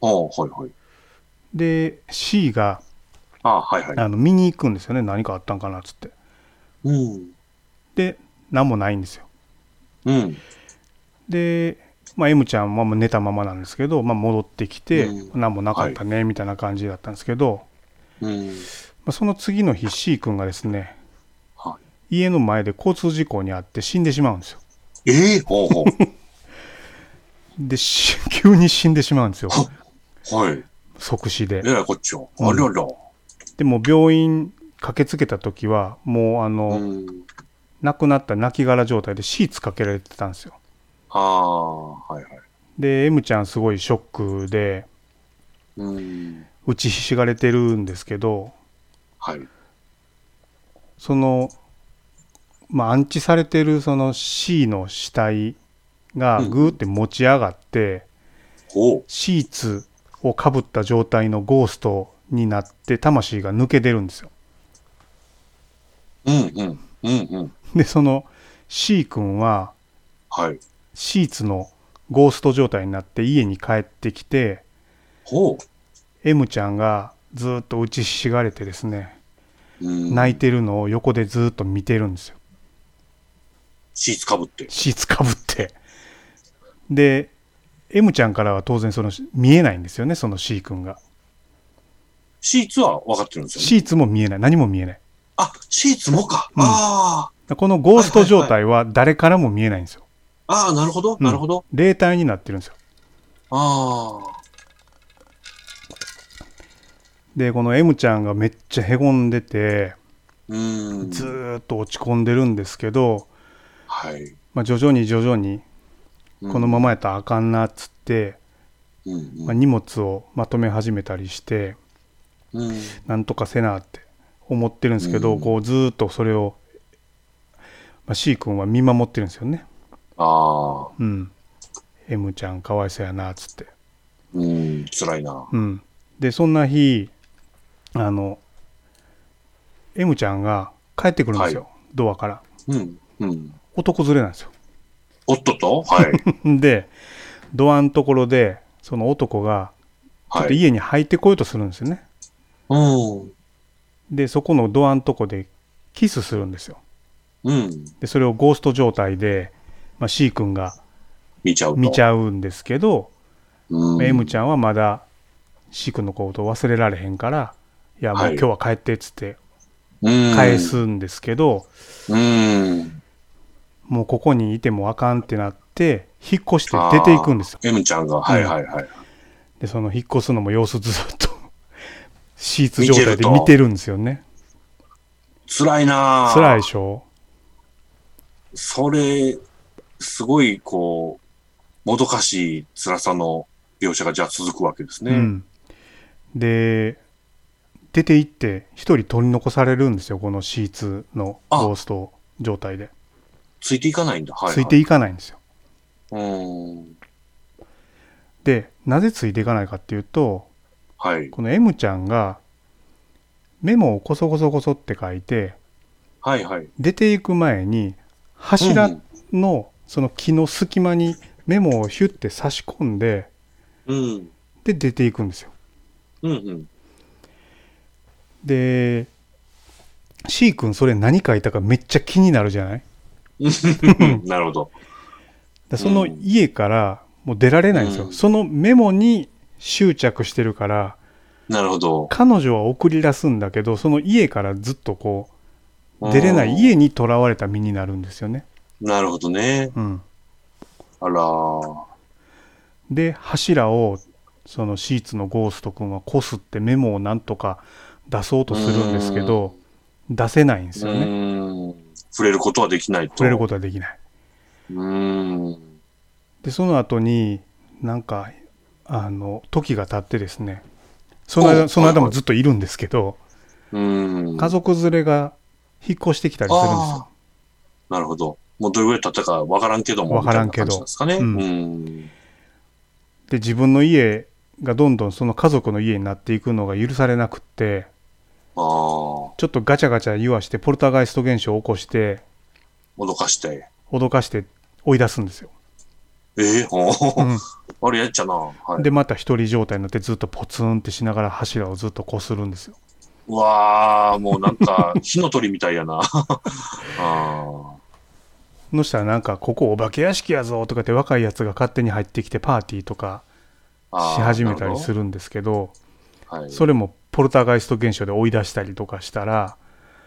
S2: あ、はいはい。
S3: で C が
S2: ああ、はいはい。
S3: あの見に行くんですよね何かあったんかなっつって
S2: うん。
S3: で何もないんですよ
S2: うん。
S3: で、まあ、M ちゃんはもう寝たままなんですけど、まあ、戻ってきて、
S2: う
S3: 何もなかったねみたいな感じだったんですけど、
S2: うん。
S3: まあ、その次の日 C 君がですね
S2: は
S3: 家の前で交通事故に遭って死んでしまうんですよ
S2: い。ええほうほ
S3: でし 急に死んでしまうんですよ
S2: う。はい。
S3: 即死で
S2: えらいこっちゃ。あらら。
S3: でも病院駆けつけた時はもうあの、
S2: うん。
S3: 亡くなった亡き殻状態でシーツかけられてたんですよ
S2: ああ、はいはい。
S3: で M ちゃんすごいショックで
S2: うん。
S3: 打ちひしがれてるんですけど
S2: はい。
S3: その、まあ、安置されてるその C の死体が
S2: うん
S3: グーって持ち上がって、
S2: ほう。
S3: シーツをかぶった状態のゴーストになって魂が抜け出るんですよ
S2: うん、うん。うん、うん。
S3: でその C 君は
S2: はい。
S3: シーツのゴースト状態になって家に帰ってきて、
S2: ほ
S3: M ちゃんがずーっと打ちひしがれてですね
S2: う。うん。
S3: 泣いてるのを横でずーっと見てるんですよ
S2: シーツかぶって。
S3: シーツかぶってで M ちゃんからは当然その見えないんですよねその C 君が
S2: シーツは分かってるんですよね。
S3: シーツも見えない何も見えない
S2: あ、シーツもか。
S3: うん
S2: あ
S3: このゴースト状態は誰からも見えないんですよ
S2: あ、ああ、なるほど、
S3: うん
S2: なるほど。
S3: 霊体になってるんですよ
S2: ああ、
S3: でこの M ちゃんがめっちゃへこんでて
S2: うーん。
S3: ずーっと落ち込んでるんですけど、
S2: はい。
S3: まあ、徐々に徐々にこのままやったらあかんなっつって、
S2: うん、うん
S3: まあ、荷物をまとめ始めたりして
S2: うん。
S3: なんとかせなって思ってるんですけど、
S2: うん
S3: こうずーっとそれを、まあ、C 君は見守ってるんですよね。
S2: ああ、
S3: うん。M ちゃんかわいそうやなっつって。
S2: うん、辛いな。
S3: うん。でそんな日あの M ちゃんが帰ってくるんですよ、ドアから。
S2: うん、うん。
S3: 男連れなんですよ。
S2: おっとっとはい。
S3: でドアのところでその男がちょっ
S2: は
S3: と
S2: い。
S3: 家に入ってこようとするんですよね。
S2: うん、
S3: でそこのドアのとこでキスするんですよ。
S2: うん。
S3: でそれをゴースト状態で、まあ、C 君が
S2: 見ちゃうと。
S3: 見ちゃうんですけど、
S2: う。ん、
S3: M ち
S2: ゃ
S3: ゃんはまだ C 君のことを忘れられへんから「いやもう
S2: はい
S3: 今日は帰って」っつって
S2: ん。
S3: 返。すんですけど、
S2: うん。
S3: もうここにいてもあかんってなって引っ越して出ていくんですよ。
S2: M ちゃんが、はいはいはい。
S3: でその引っ越すのも様子ずっ とシーツ状態で見てるんですよね。
S2: 辛いな。
S3: 辛いでしょ
S2: それ、すごい、こう、もどかしい辛さの描写がじゃあ続くわけですね。
S3: うん、で出て行って一人取り残されるんですよこの C2 のゴースト状態で、
S2: ついていかないんだ。はい、はい。
S3: ついていかないんですよ
S2: うん。
S3: でなぜついていかないかっていうと
S2: はい。
S3: この M ちゃんがメモをコソコソコソって書いて
S2: はいはい。
S3: 出ていく前に柱のその木の隙間にメモをヒュッて差し込んで
S2: うん。
S3: で出ていくんですよ
S2: うんうん。
S3: で C 君それ何書いたかめっちゃ気になるじゃない
S2: うんなるほど。
S3: だその家からもう出られないんですよ、
S2: うん
S3: そのメモに執着してるから
S2: なるほど。
S3: 彼女は送り出すんだけどその家からずっとこう出れない
S2: うん
S3: 家にとらわれた身になるんですよね、
S2: なるほどね。
S3: うん、
S2: あらー。
S3: で柱をそのシーツのゴースト君はこすってメモをなんとか出そうとするんですけど出せないんです
S2: う
S3: よね
S2: ーん。触れることはできないと。
S3: 触れることはできないう
S2: ーん。
S3: でその後になんかあの時が経ってですねその
S2: お
S3: 間その
S2: はい
S3: 間
S2: はい
S3: もずっといるんですけど
S2: うーん。
S3: 家族連れが引っ越してきたりするんですよ
S2: あーなるほど。もうどれぐらい経ったかわからんけども。
S3: わからんけど
S2: みたいな感じなんですかね。
S3: う
S2: うんん。
S3: で自分の家がどんどんその家族の家になっていくのが許されなくって
S2: ああ。
S3: ちょっとガチャガチャ言わしてポルターガイスト現象を起こして
S2: 脅かして。
S3: 脅かして追い出すんですよ、
S2: ええお
S3: う
S2: ー
S3: ん
S2: あれやっちゃな。はい。
S3: でまた一人状態になってずっとポツンってしながら柱をずっとこするんですよ
S2: うわあ、もうなん か、火の鳥みたいやな。 ああ。
S3: そしたらなんか「ここお化け屋敷やぞ」とかって若いやつが勝手に入ってきてパーティーとか
S2: あー
S3: し始めたり
S2: な
S3: す
S2: る
S3: るんですけど
S2: ほどはい、
S3: それもポルターガイスト現象で追い出したりとかしたら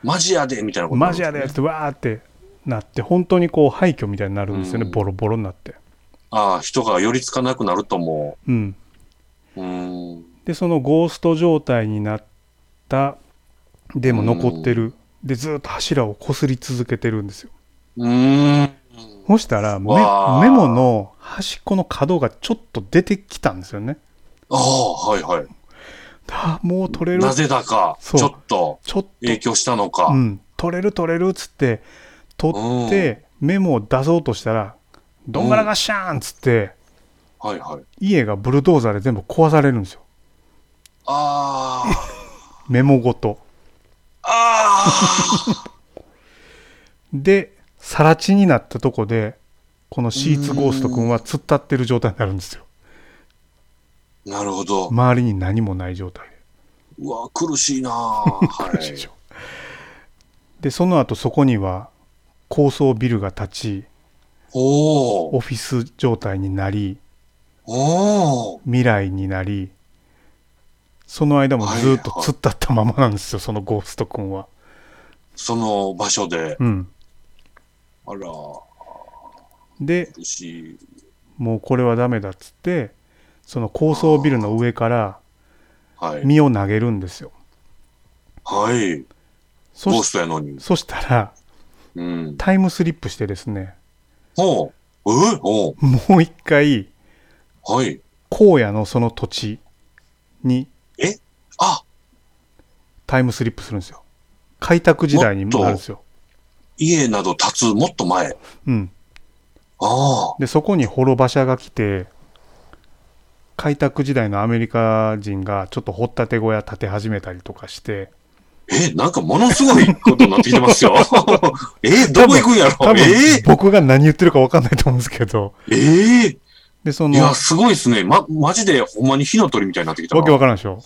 S2: マジやでみたいな
S3: 「
S2: ことにな
S3: マ
S2: るん
S3: ジ
S2: です
S3: や
S2: ね、
S3: で!」ってわーってなって本当にこう廃墟みたいになるんですよね
S2: うん
S3: ボロボロになって。
S2: ああ、人が寄りつかなくなるとも
S3: うん、
S2: う。うーん。
S3: でそのゴースト状態になったでも残ってるでずーっと柱をこすり続けてるんですよ。
S2: うーん。
S3: そしたらメ
S2: わー
S3: メモの端っこの角がちょっと出てきたんですよね。
S2: ああ、はいはい。
S3: あーもう取れる
S2: なぜだか、
S3: そう
S2: ちょっと
S3: ちょっと
S2: 影響したのか。
S3: うん、取れる取れるっつって取ってメモを出そうとしたら「どんがらがっしゃーん!」っつって
S2: はいはい。
S3: 家がブルドーザーで全部壊されるんですよ
S2: ああ。
S3: メモごと
S2: あ
S3: で更地になったとこでこのシーツゴースト君は突っ立ってる状態になるんですよ
S2: あ。 なるほど。
S3: 周りに何もない状態で
S2: うわ、苦しいなー。はい。
S3: 苦しいでしょでその後そこには高層ビルが立ち
S2: おお。
S3: オフィス状態になり
S2: おお。
S3: 未来になりその間もずっと突っ立ったままなんですよ、そのゴースト君は。
S2: その場所で。
S3: うん、
S2: あら、
S3: で
S2: 苦しい。
S3: もうこれはダメだっつってその高層ビルの上から
S2: はい。
S3: 身を投げるんですよ。
S2: はい。
S3: そ
S2: ゴー
S3: し
S2: ストやのに。
S3: そしたら
S2: うん。
S3: タイムスリップしてですね
S2: ほう。えおう。
S3: もう一回
S2: はい。
S3: 荒野のその土地に
S2: あ、
S3: タイムスリップするんですよ。開拓時代になるんですよ。
S2: 家など建つもっと前。
S3: うん、
S2: ああ。
S3: でそこに滅場者が来て開拓時代のアメリカ人がちょっと掘ったて小屋建て始めたりとかして
S2: え、なんかものすごいことになってきてます よ。え、どこ行くんや
S3: 多
S2: ろ
S3: 分
S2: え
S3: 僕が何言ってるか分かんないと思うんですけど
S2: ー、えー
S3: でそ
S2: い
S3: の
S2: や、
S3: わ
S2: すごいですね。ま、マジでほんまに火の鳥みたいになってきたな。
S3: け分からんでしょ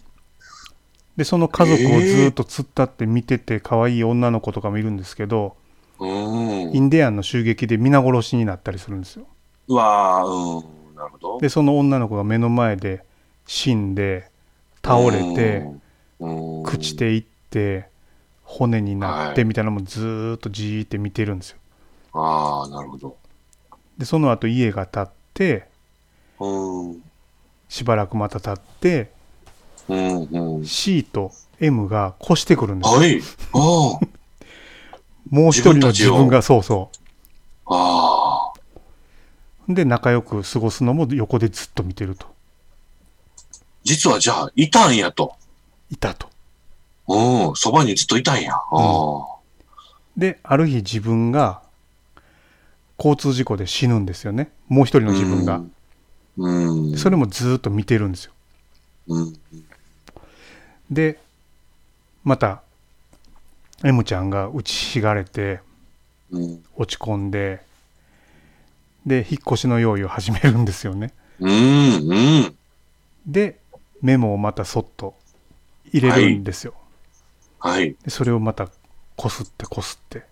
S3: でその家族をずーっと突っ立って見てて可愛い女の子とかもいるんですけど、
S2: うー
S3: イ
S2: ん。
S3: ンディアンの襲撃で皆殺しになったりするんですよ
S2: うわー、うん。なるほど。
S3: でその女の子が目の前で死んで倒れて
S2: うん、
S3: 朽ち
S2: て。
S3: ていって骨になってみたいなのもずーっとじーって見てるんですよ
S2: ああ、なるほど。
S3: でその後家が建って
S2: うん。
S3: しばらくまた建って
S2: うん、うん。
S3: C と M が越してくるんですよ
S2: はい。ああ。
S3: もう一人
S2: 自
S3: の
S2: 分
S3: 自
S2: たちを
S3: 分がそうそ
S2: ああ。
S3: うで仲良く過ごすのも横でずっと見てると
S2: 実はじゃあ、いたんやと。
S3: いたと
S2: うん。そばにずっといたんや。ああ。
S3: である日自分が交通事故で死ぬんですよねもう一人の自分が
S2: うん。うん。
S3: それもずーっと見てるんですよ
S2: うん。
S3: でまた M ちゃんが打ちひがれて
S2: うん。
S3: 落ち込んでで引っ越しの用意を始めるんですよね
S2: うん。うん。
S3: でメモをまたそっと入れるんですよ、
S2: はい。
S3: でそれをまたこすってこすって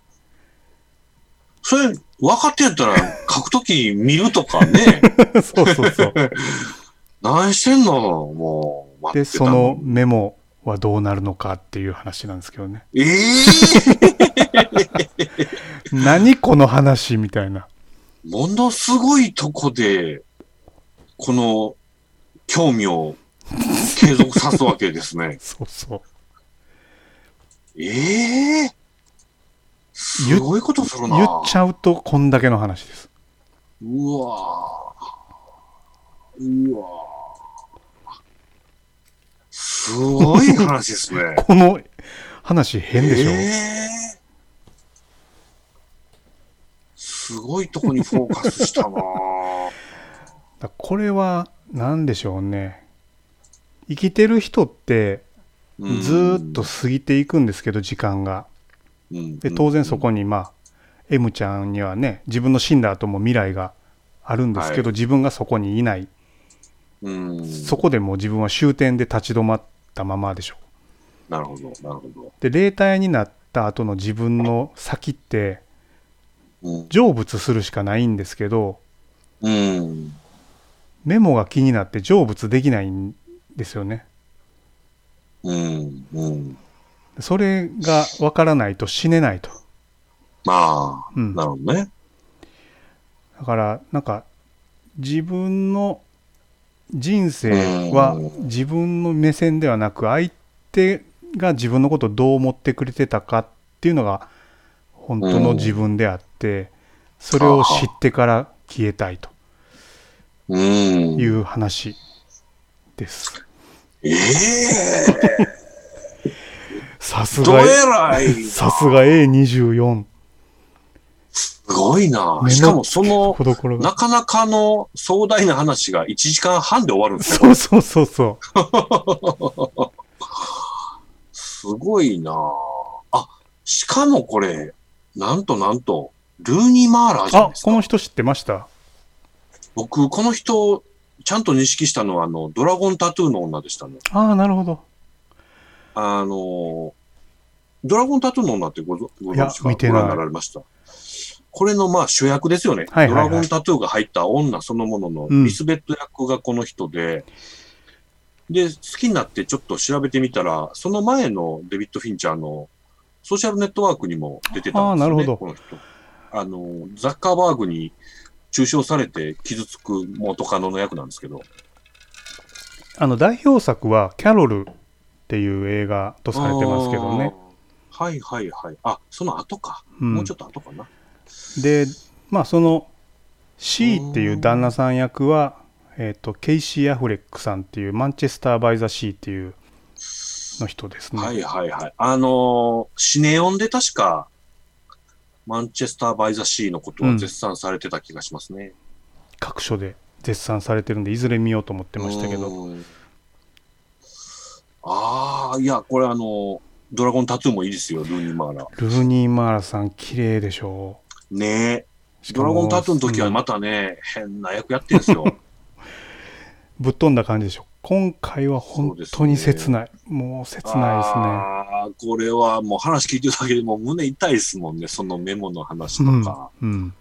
S2: それ、分かってんやったら、書くとき見るとかね。
S3: そうそ うそう。
S2: 何してんのもう、待
S3: で、
S2: ってた
S3: そのメモはどうなるのかっていう話なんですけどね。
S2: ええ
S3: 何この話みたいな。。
S2: ものすごいとこで、この、興味を継続さすわけですね
S3: そうそう。
S2: ええすごいことするな。
S3: 言っちゃうとこんだけの話です。
S2: うわぁ。うわぁ。すごい話ですね。
S3: この話 変でしょ、
S2: えーすごいとこにフォーカスしたなぁ
S3: だこれは何でしょうね。生きてる人って
S2: うん
S3: ずーっと過ぎていくんですけど、時間が。で当然そこにまあ M ちゃんにはね自分の死んだ後も未来があるんですけど、自分がそこにいない
S2: うん、うん
S3: そこでもう自分は終点で立ち止まったままでしょ
S2: なるほど、なるほど。
S3: で霊体になった後の自分の先って
S2: うん
S3: 成仏するしかないんですけど
S2: うん。
S3: メモが気になって成仏できないんですよね
S2: うん。うん。
S3: それがわからないと死ねないと、
S2: まあ、
S3: うん、
S2: なる
S3: だ
S2: ほどね。
S3: からなんか自分の人生は
S2: うん
S3: 自分の目線ではなく相手が自分のことをどう思ってくれてたかっていうのが本当の自分であってそれを知ってから消えたいと
S2: うん。
S3: いう話です。
S2: ええ
S3: さす
S2: ど
S3: が
S2: えらい。
S3: さすが A24
S2: すごいな
S3: 目の
S2: しかもそ
S3: と
S2: の
S3: こ、どころ
S2: な
S3: が。
S2: かなかの壮大な話が1時間半で終わるんですよ。
S3: そうそうそうそ
S2: すごいなあ、しかもこれ、なんとなんと、ルーニー・マーラー
S3: う。
S2: じゃない
S3: あ
S2: です
S3: こ
S2: か。
S3: の人知ってました
S2: 僕、この人、ちゃんと認識したのは、あの、ドラゴンタトゥーの女でしたね。
S3: ああなるほど。
S2: あの、ドラゴンタトゥーの女ってごぞご存知ですか
S3: いや見てな
S2: ご
S3: い
S2: 覧になられました。これのまあ主役ですよね、
S3: はいはいはい
S2: ドラゴンタトゥーが入った女そのものの
S3: うん
S2: リスベット役がこの人で、で、好きになってちょっと調べてみたら、その前のデビッド・フィンチャーのソーシャルネットワークにも出てたんです
S3: あーなる
S2: よ
S3: ほ
S2: ね、この
S3: ど
S2: 人。あの、ザッカーバーグに中傷されて傷つく元カノの役なんですけど、
S3: あの代表作は「キャロル」っていう映画とされてますけどね。
S2: あー。はいはいはい。あ、その後か。
S3: うん
S2: もうちょっと後かな。
S3: でまあその C っていう旦那さん役は、えー、とケイシー・アフレックさんっていうマンチェスター・バイ・ザ・シーっていうの人ですね、
S2: はいはいはい。あのーシネオンで確か、マンチェスター・バイ・ザ・シーのことは絶賛されてた気がしますね。
S3: 各所で絶賛されてるんでいずれ見ようと思ってましたけど
S2: うん。ああ、いや、これあのードラゴンタトゥーもいいですよ、ルーニー・マーラー。
S3: ルーニー・マーラさん綺麗でしょ
S2: ねえ。
S3: しか
S2: ド
S3: も
S2: ラゴンタトゥーの時はまたね、変な役やってるんですよ。
S3: ぶっ飛んだ感じでしょ今回は本当に切ないもう 切ないですね
S2: ああ、これはもう話聞いてるだけでもう胸痛いですもんね、そのメモの話と
S3: うん
S2: か。
S3: うん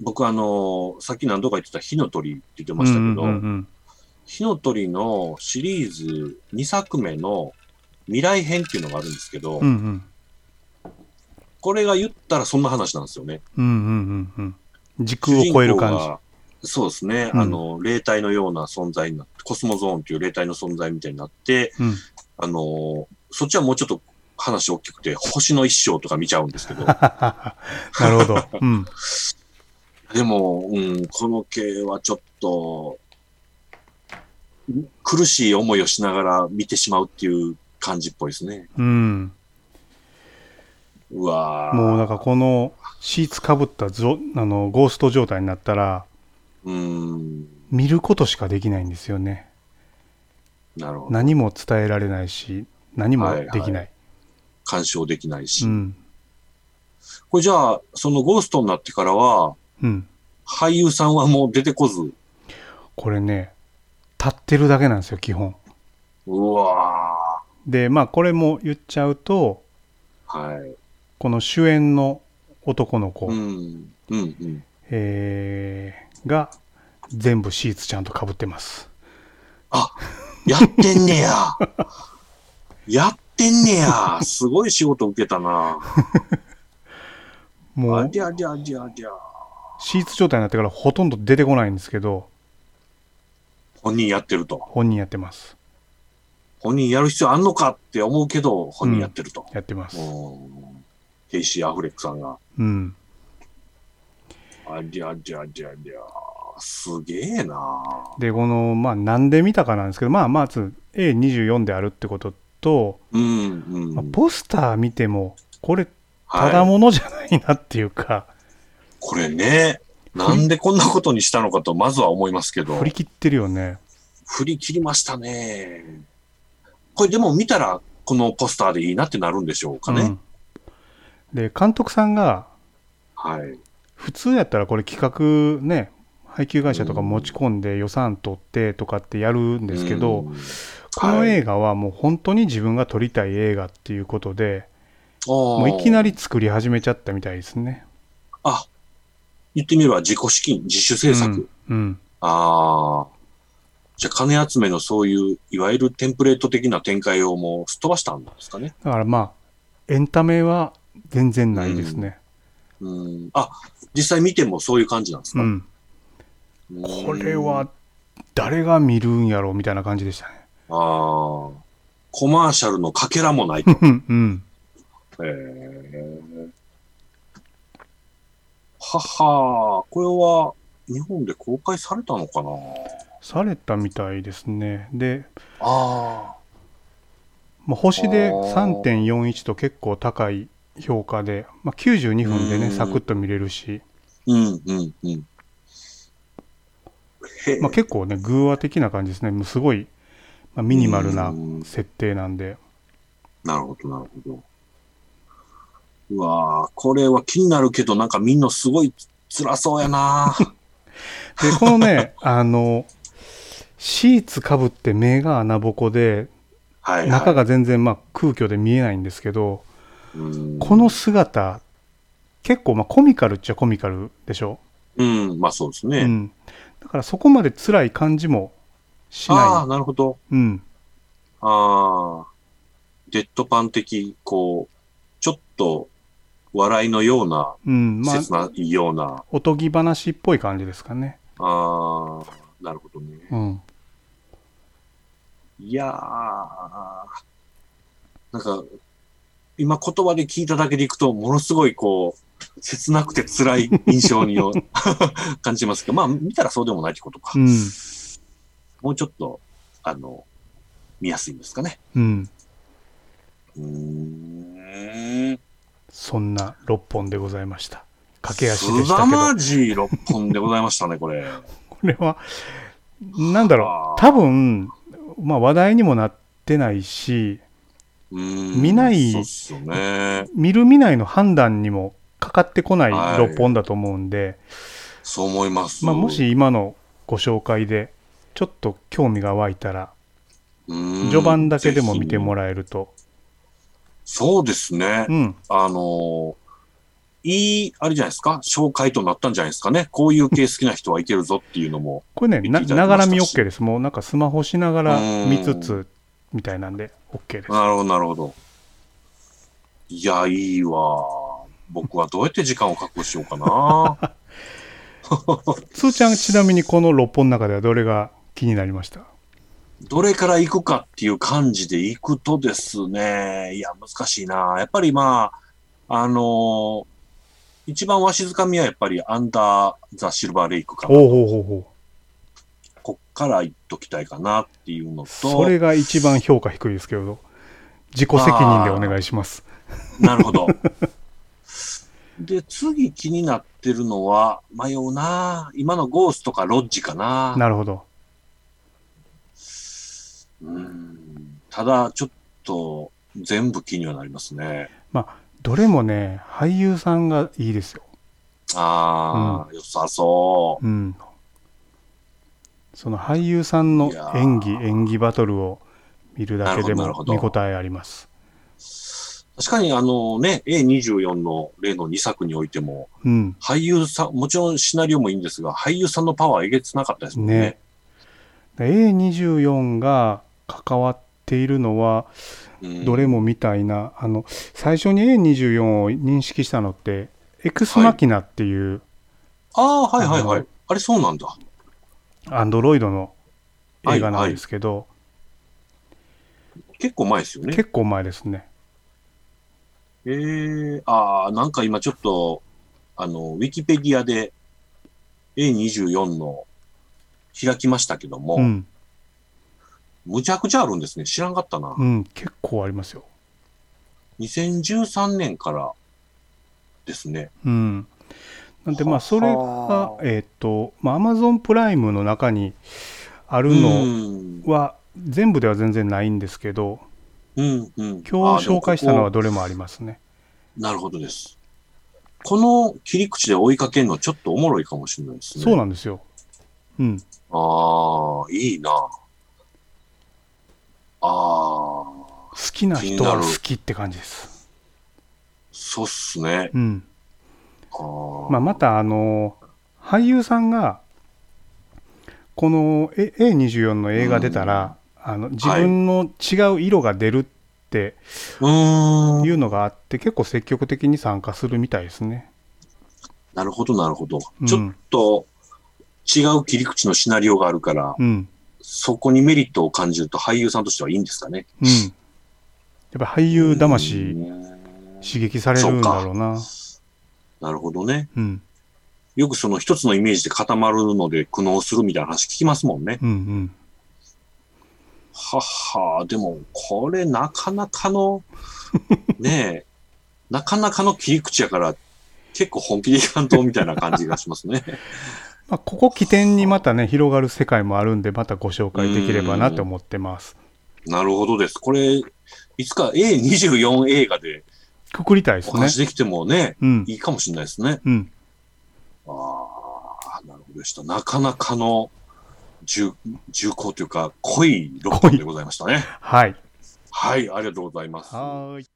S2: 僕あのーさっき何度か言ってた火の鳥って言って
S3: う
S2: ま
S3: ん
S2: し
S3: う
S2: たけど、
S3: んうん
S2: 火の鳥のシリーズ2作目の未来編っていうのがあるんですけど、
S3: うんうん
S2: これが言ったらそんな話なんですよね。
S3: うんうんうんうん時空を超える感
S2: 主人
S3: じ
S2: 公がそうですね、
S3: うん
S2: あの、霊体のような存在になって、コスモゾーンっていう霊体の存在みたいになって、
S3: うん
S2: あのーそっちはもうちょっと話大きくて、星の一生とか見ちゃうんです けど、
S3: なるほど。うん。
S2: でも、うん、この系はちょっと、ん苦しい思いをしながら見てしまうっていう感じっぽいですね。
S3: うん。
S2: うわー
S3: もうなんかこのシーツかぶったゾあのゴースト状態になったら、
S2: うーん、
S3: 見ることしかできないんですよね。
S2: なるほど。
S3: 何も伝えられないし、何もできない。
S2: はいは干渉できないし。
S3: うん。
S2: これじゃあ、そのゴーストになってからは、
S3: うん。
S2: 俳優さんはもう出てこず、
S3: これね、立ってるだけなんですよ、基本。
S2: うわ
S3: で、まあこれも言っちゃうと、
S2: ーはい。
S3: この主演の男の子、
S2: うん。うん。うん。
S3: えーが全部シーツちゃんとかぶってます。
S2: あ、やってんねや。やってんねや。すごい仕事受けたな。
S3: も
S2: あ
S3: う
S2: りゃりゃりゃりゃ。
S3: シーツ状態になってからほとんど出てこないんですけど、
S2: 本人やってると。
S3: 本人やってます。
S2: 本人やる必要あんのかって思うけど、本人やってると。
S3: やってます。
S2: うん。ケイシー・アフレックさんが。
S3: うん。
S2: ありゃりゃりゃりゃ。すげえな。
S3: で、この、まあ、なんで見たかなんですけど、まあ、まず A24 であるってことと、
S2: うん。うん。
S3: まあポスター見ても、これ、
S2: はい
S3: ただものじゃないなっていうか、
S2: これね、なんでこんなことにしたのかと、まずは思いますけど
S3: 振り、切ってるよね。
S2: 振り切りましたね。これでも見たら、このポスターでいいなってなるんでしょうかね。
S3: うんで、監督さんが、
S2: はい。
S3: 普通やったらこれ企画ね、配給会社とか持ち込んで予算取ってとかってやるんですけど、
S2: うん、
S3: この
S2: はい
S3: 映画はもう本当に自分が撮りたい映画っていうことで、
S2: も
S3: もういきな
S2: り。
S3: り作り始めちゃったみたいですね。
S2: あ、言ってみれば自己資金、自主制作。
S3: うん。うん
S2: ああ。じゃあ金集めのそういう、いわゆるテンプレート的な展開をもうすっ飛ばしたんですかね。
S3: だからまあ、エンタメは全然ないですね。
S2: うん。あ、実際見てもそういう感じなんです
S3: う
S2: か、
S3: ん。
S2: うん
S3: これは、誰が見るんやろうみたいな感じでしたね。
S2: ああ。コマーシャルのかけらもないと。
S3: うん、うん。
S2: へーははーこれは日本で公開されたのかな
S3: されたみたいですね。で、
S2: あ
S3: まあ、星で
S2: あー
S3: 3.41と結構高い評価で、まあ、92分で
S2: う
S3: ね、
S2: ん
S3: サクッと見れるし、
S2: うんうんうん。へえ
S3: まあ、結構ね、偶話的な感じですね。もうすごい、まあ、ミニマルな
S2: うん
S3: 設定なんで。
S2: なるほどなるほど。うわあこれは気になるけどなんかみんなすごい辛そうや な
S3: で、このね、 あの、シーツかぶって目が穴ぼこで、
S2: はい、はい。
S3: 中が全然まあ空虚で見えないんですけど、
S2: うん
S3: この姿、結構まあコミカルっちゃコミカルでしょ。
S2: うん、まあそうですね。
S3: うん。だからそこまで辛い感じもし
S2: ああ、
S3: な
S2: なるほど。
S3: い。うん。
S2: ああ、デッドパン的、こう、ちょっと笑いのような、
S3: うん。まあ、
S2: 切ないような、
S3: おとぎ話っぽい感じですかね。
S2: ああー、なるほどね。
S3: うん。
S2: いやー、なんか、今言葉で聞いただけでいくと、ものすごいこう、切なくて辛い印象 に感じますけど、まあ見たらそうでもないってことか。
S3: うん。
S2: もうちょっと、あの、見やすいんですかね。
S3: うん。
S2: うーん。
S3: そんな6本でございました。駆け足でし
S2: す
S3: た
S2: さ
S3: け
S2: ま
S3: ど。
S2: じい六本でございましたね、これ。
S3: これは、なんだろ
S2: あー
S3: う。多分、まあ話題にもなってないし、見
S2: 見
S3: ない
S2: そうっすよね。
S3: 見る見ないの判断にもかかってこない
S2: はい
S3: 6本だと思うんで、
S2: そう思います。
S3: まあもし今のご紹介で、ちょっと興味が湧いたら、
S2: うん、
S3: 序盤だけでも見ても
S2: ら
S3: らえると。
S2: そうですね
S3: う。ん。
S2: あのーいい、あれじゃないですか、紹介となったんじゃないですかね。こういう系好きな人はいけるぞっていうの も。
S3: これね、な
S2: 見てい
S3: な
S2: ただ
S3: が
S2: きまし
S3: ら
S2: たし
S3: 見 OK です。もうなんかスマホしながら見つ
S2: う
S3: つ、みたいなんで OK です。
S2: なるほど、なるほど。いや、いいわ。僕はどうやって時間を確保しようかな。
S3: つーちゃん、ちなみにこの6本の中ではどれが気になりました
S2: どれから行くかっていう感じで行くとですね、いや、難しいな。やっぱりまあ、あのー一番わしづかみはやっぱりアンダー・ザ・シルバー・レイクかな。
S3: おうほうほうほ
S2: こっから行っときたいかなっていうのと。
S3: う。それが一番評価低いですけど、自己責任でお願いします。
S2: なるほ ど。で、次気になってるのは、迷うなぁ今のゴーストかロッジかな
S3: なるほど。
S2: うん。ただ、ちょっと、全部気にはなりますね。
S3: どれもね、俳優さんがいいですよ。
S2: ああ、良さそ
S3: うん。その俳優さんの
S2: いやー
S3: 演技、演技バトルを見るだけ
S2: な
S3: で
S2: るほ
S3: も
S2: どなるほど
S3: 見応えあります。
S2: う。確かにあのね、A24 の例の2作においても、
S3: うん。
S2: 俳優さん、もちろんシナリオもいいんですが、俳優さんのパワーえげつなかったですもんね。
S3: ね A24 が関わっているのは、
S2: うん
S3: どれもみたいな、あの、最初に A24 を認識したのって、エクスマキナっていう、
S2: ああ、はいはいは
S3: あ
S2: い。あれそうなんだ。
S3: アンドロイドの映画なんですけど、
S2: 結構前ですよね。
S3: 結構前ですね。
S2: えー、ああ、なんか今ちょっと、あの、ウィキペディアで A24 の開きましたけども、
S3: うん。
S2: むちゃくちゃあるんですね。知らんかったな。
S3: うん、結構ありますよ。
S2: 2013年からですね。
S3: うん。なんで、まあ、
S2: は
S3: それが
S2: は、
S3: えっ、と、まあ、アマゾンプライムの中にあ
S2: う
S3: るの
S2: ん。
S3: は、全部では全然ないんですけど、
S2: うん、うん。
S3: 今
S2: あー
S3: 日
S2: でも
S3: 紹介したのは
S2: こ
S3: どれもありますね。
S2: こなるほどです。この切り口で追いかけるのちょっとおもろいかもしれないですね。
S3: そう
S2: な
S3: なんですよ。うん。
S2: ああ、いいな。ああ、
S3: 好きな人は
S2: 気になる
S3: 好きって感じです。
S2: そうっすね。
S3: うん。
S2: あー
S3: まあ、また、あの、俳優さんが、このえ A24 の映画出たら、あの自分の違う色が出るって
S2: うーん。
S3: いうのがあって、結構積極的に参加するみたいですね。
S2: なるほど、なるほど
S3: う。ん
S2: ちょっと違う切り口のシナリオがあるから、
S3: うん。
S2: そこにメリットを感じると俳優さんとしてはいいんですかね。
S3: うん。やっぱり俳優魂
S2: うん
S3: 刺激されるんだろうな。
S2: なるほどね。
S3: うん。
S2: よくその一つのイメージで固まるので苦悩するみたいな話聞きますもんね。
S3: うんうん。
S2: はっはでもこれなかなか の、ねえ、なかなかの切り口やから、結構本気でいかんとみたいな感じがします ね。
S3: まあ、ここ起点にまたね、広がる世界もあるんで、またご紹介できればなって思ってます。
S2: なるほどです。これ、いつか A24 映画で
S3: くくりたいです
S2: お
S3: ね。
S2: 話できてもね、
S3: うん。
S2: いいかもしれないですね。
S3: うん。
S2: ああ、なるほどでした。なかなかの重重厚というか、濃いロックでございましたね。
S3: はい。
S2: はい、ありがとうございます。
S3: はーい。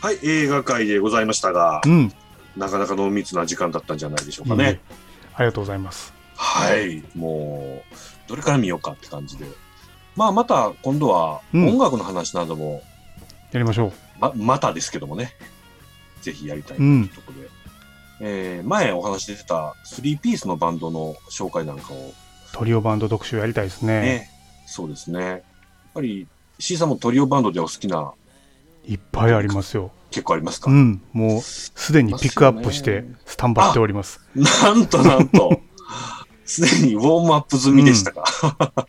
S2: はい、映画界でございましたが
S3: う、ん。
S2: なかなか濃密な時間だったんじゃないでしょうかね。
S3: いいねありがとうございます。
S2: はい、もう、どれから見ようかって感じで。まあ、また今度は
S3: うん
S2: 音楽の話なども、
S3: やりましょ
S2: ままたですけどもね、ぜひやりたいと
S3: う。う
S2: い
S3: ん
S2: う。ところで、えー前お話し出てた3ピースのバンドの紹介なんかを
S3: トリオバンド特集やりたいです
S2: ね、
S3: ね。
S2: そうですね。やっぱり C さんもトリオバンドでお好きない
S3: っぱいありますよ。
S2: 結構ありますか、
S3: うん。もう、すでにピックアップして、スタンバっております。
S2: なんとなん と、すでにウォームアップ済みでしたか。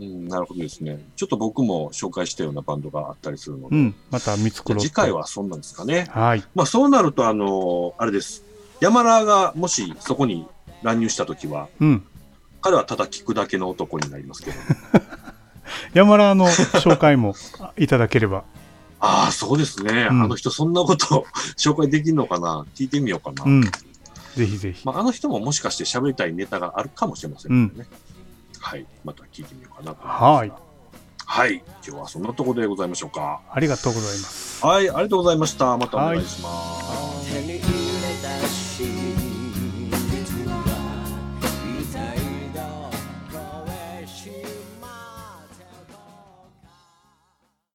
S2: うんなるほどですね。ちょっと僕も紹介したようなバンドがあったりするので、
S3: うん。また見繕って。
S2: 次回。はそんなんですかね。
S3: はい。
S2: まあそうなると、あのあれです。山田がもしそこに乱入したときは、
S3: うん。
S2: 彼はただ聞くだけの男になりますけど。
S3: 山田の紹 介もいただければ。
S2: ああ、そうですね。
S3: うん
S2: あの人、そんなこと 紹介できるのかな聞いてみようかな。
S3: うん。ぜひぜひ。
S2: まあ、あの人ももしかして喋りたいネタがあるかもしれませんのでね。はい。また聞いてみようかなと思います
S3: はい。
S2: はい。今日はそんなところでございましょうか。
S3: ありがとうございます。
S2: はい。ありがとうございました。またお願いします。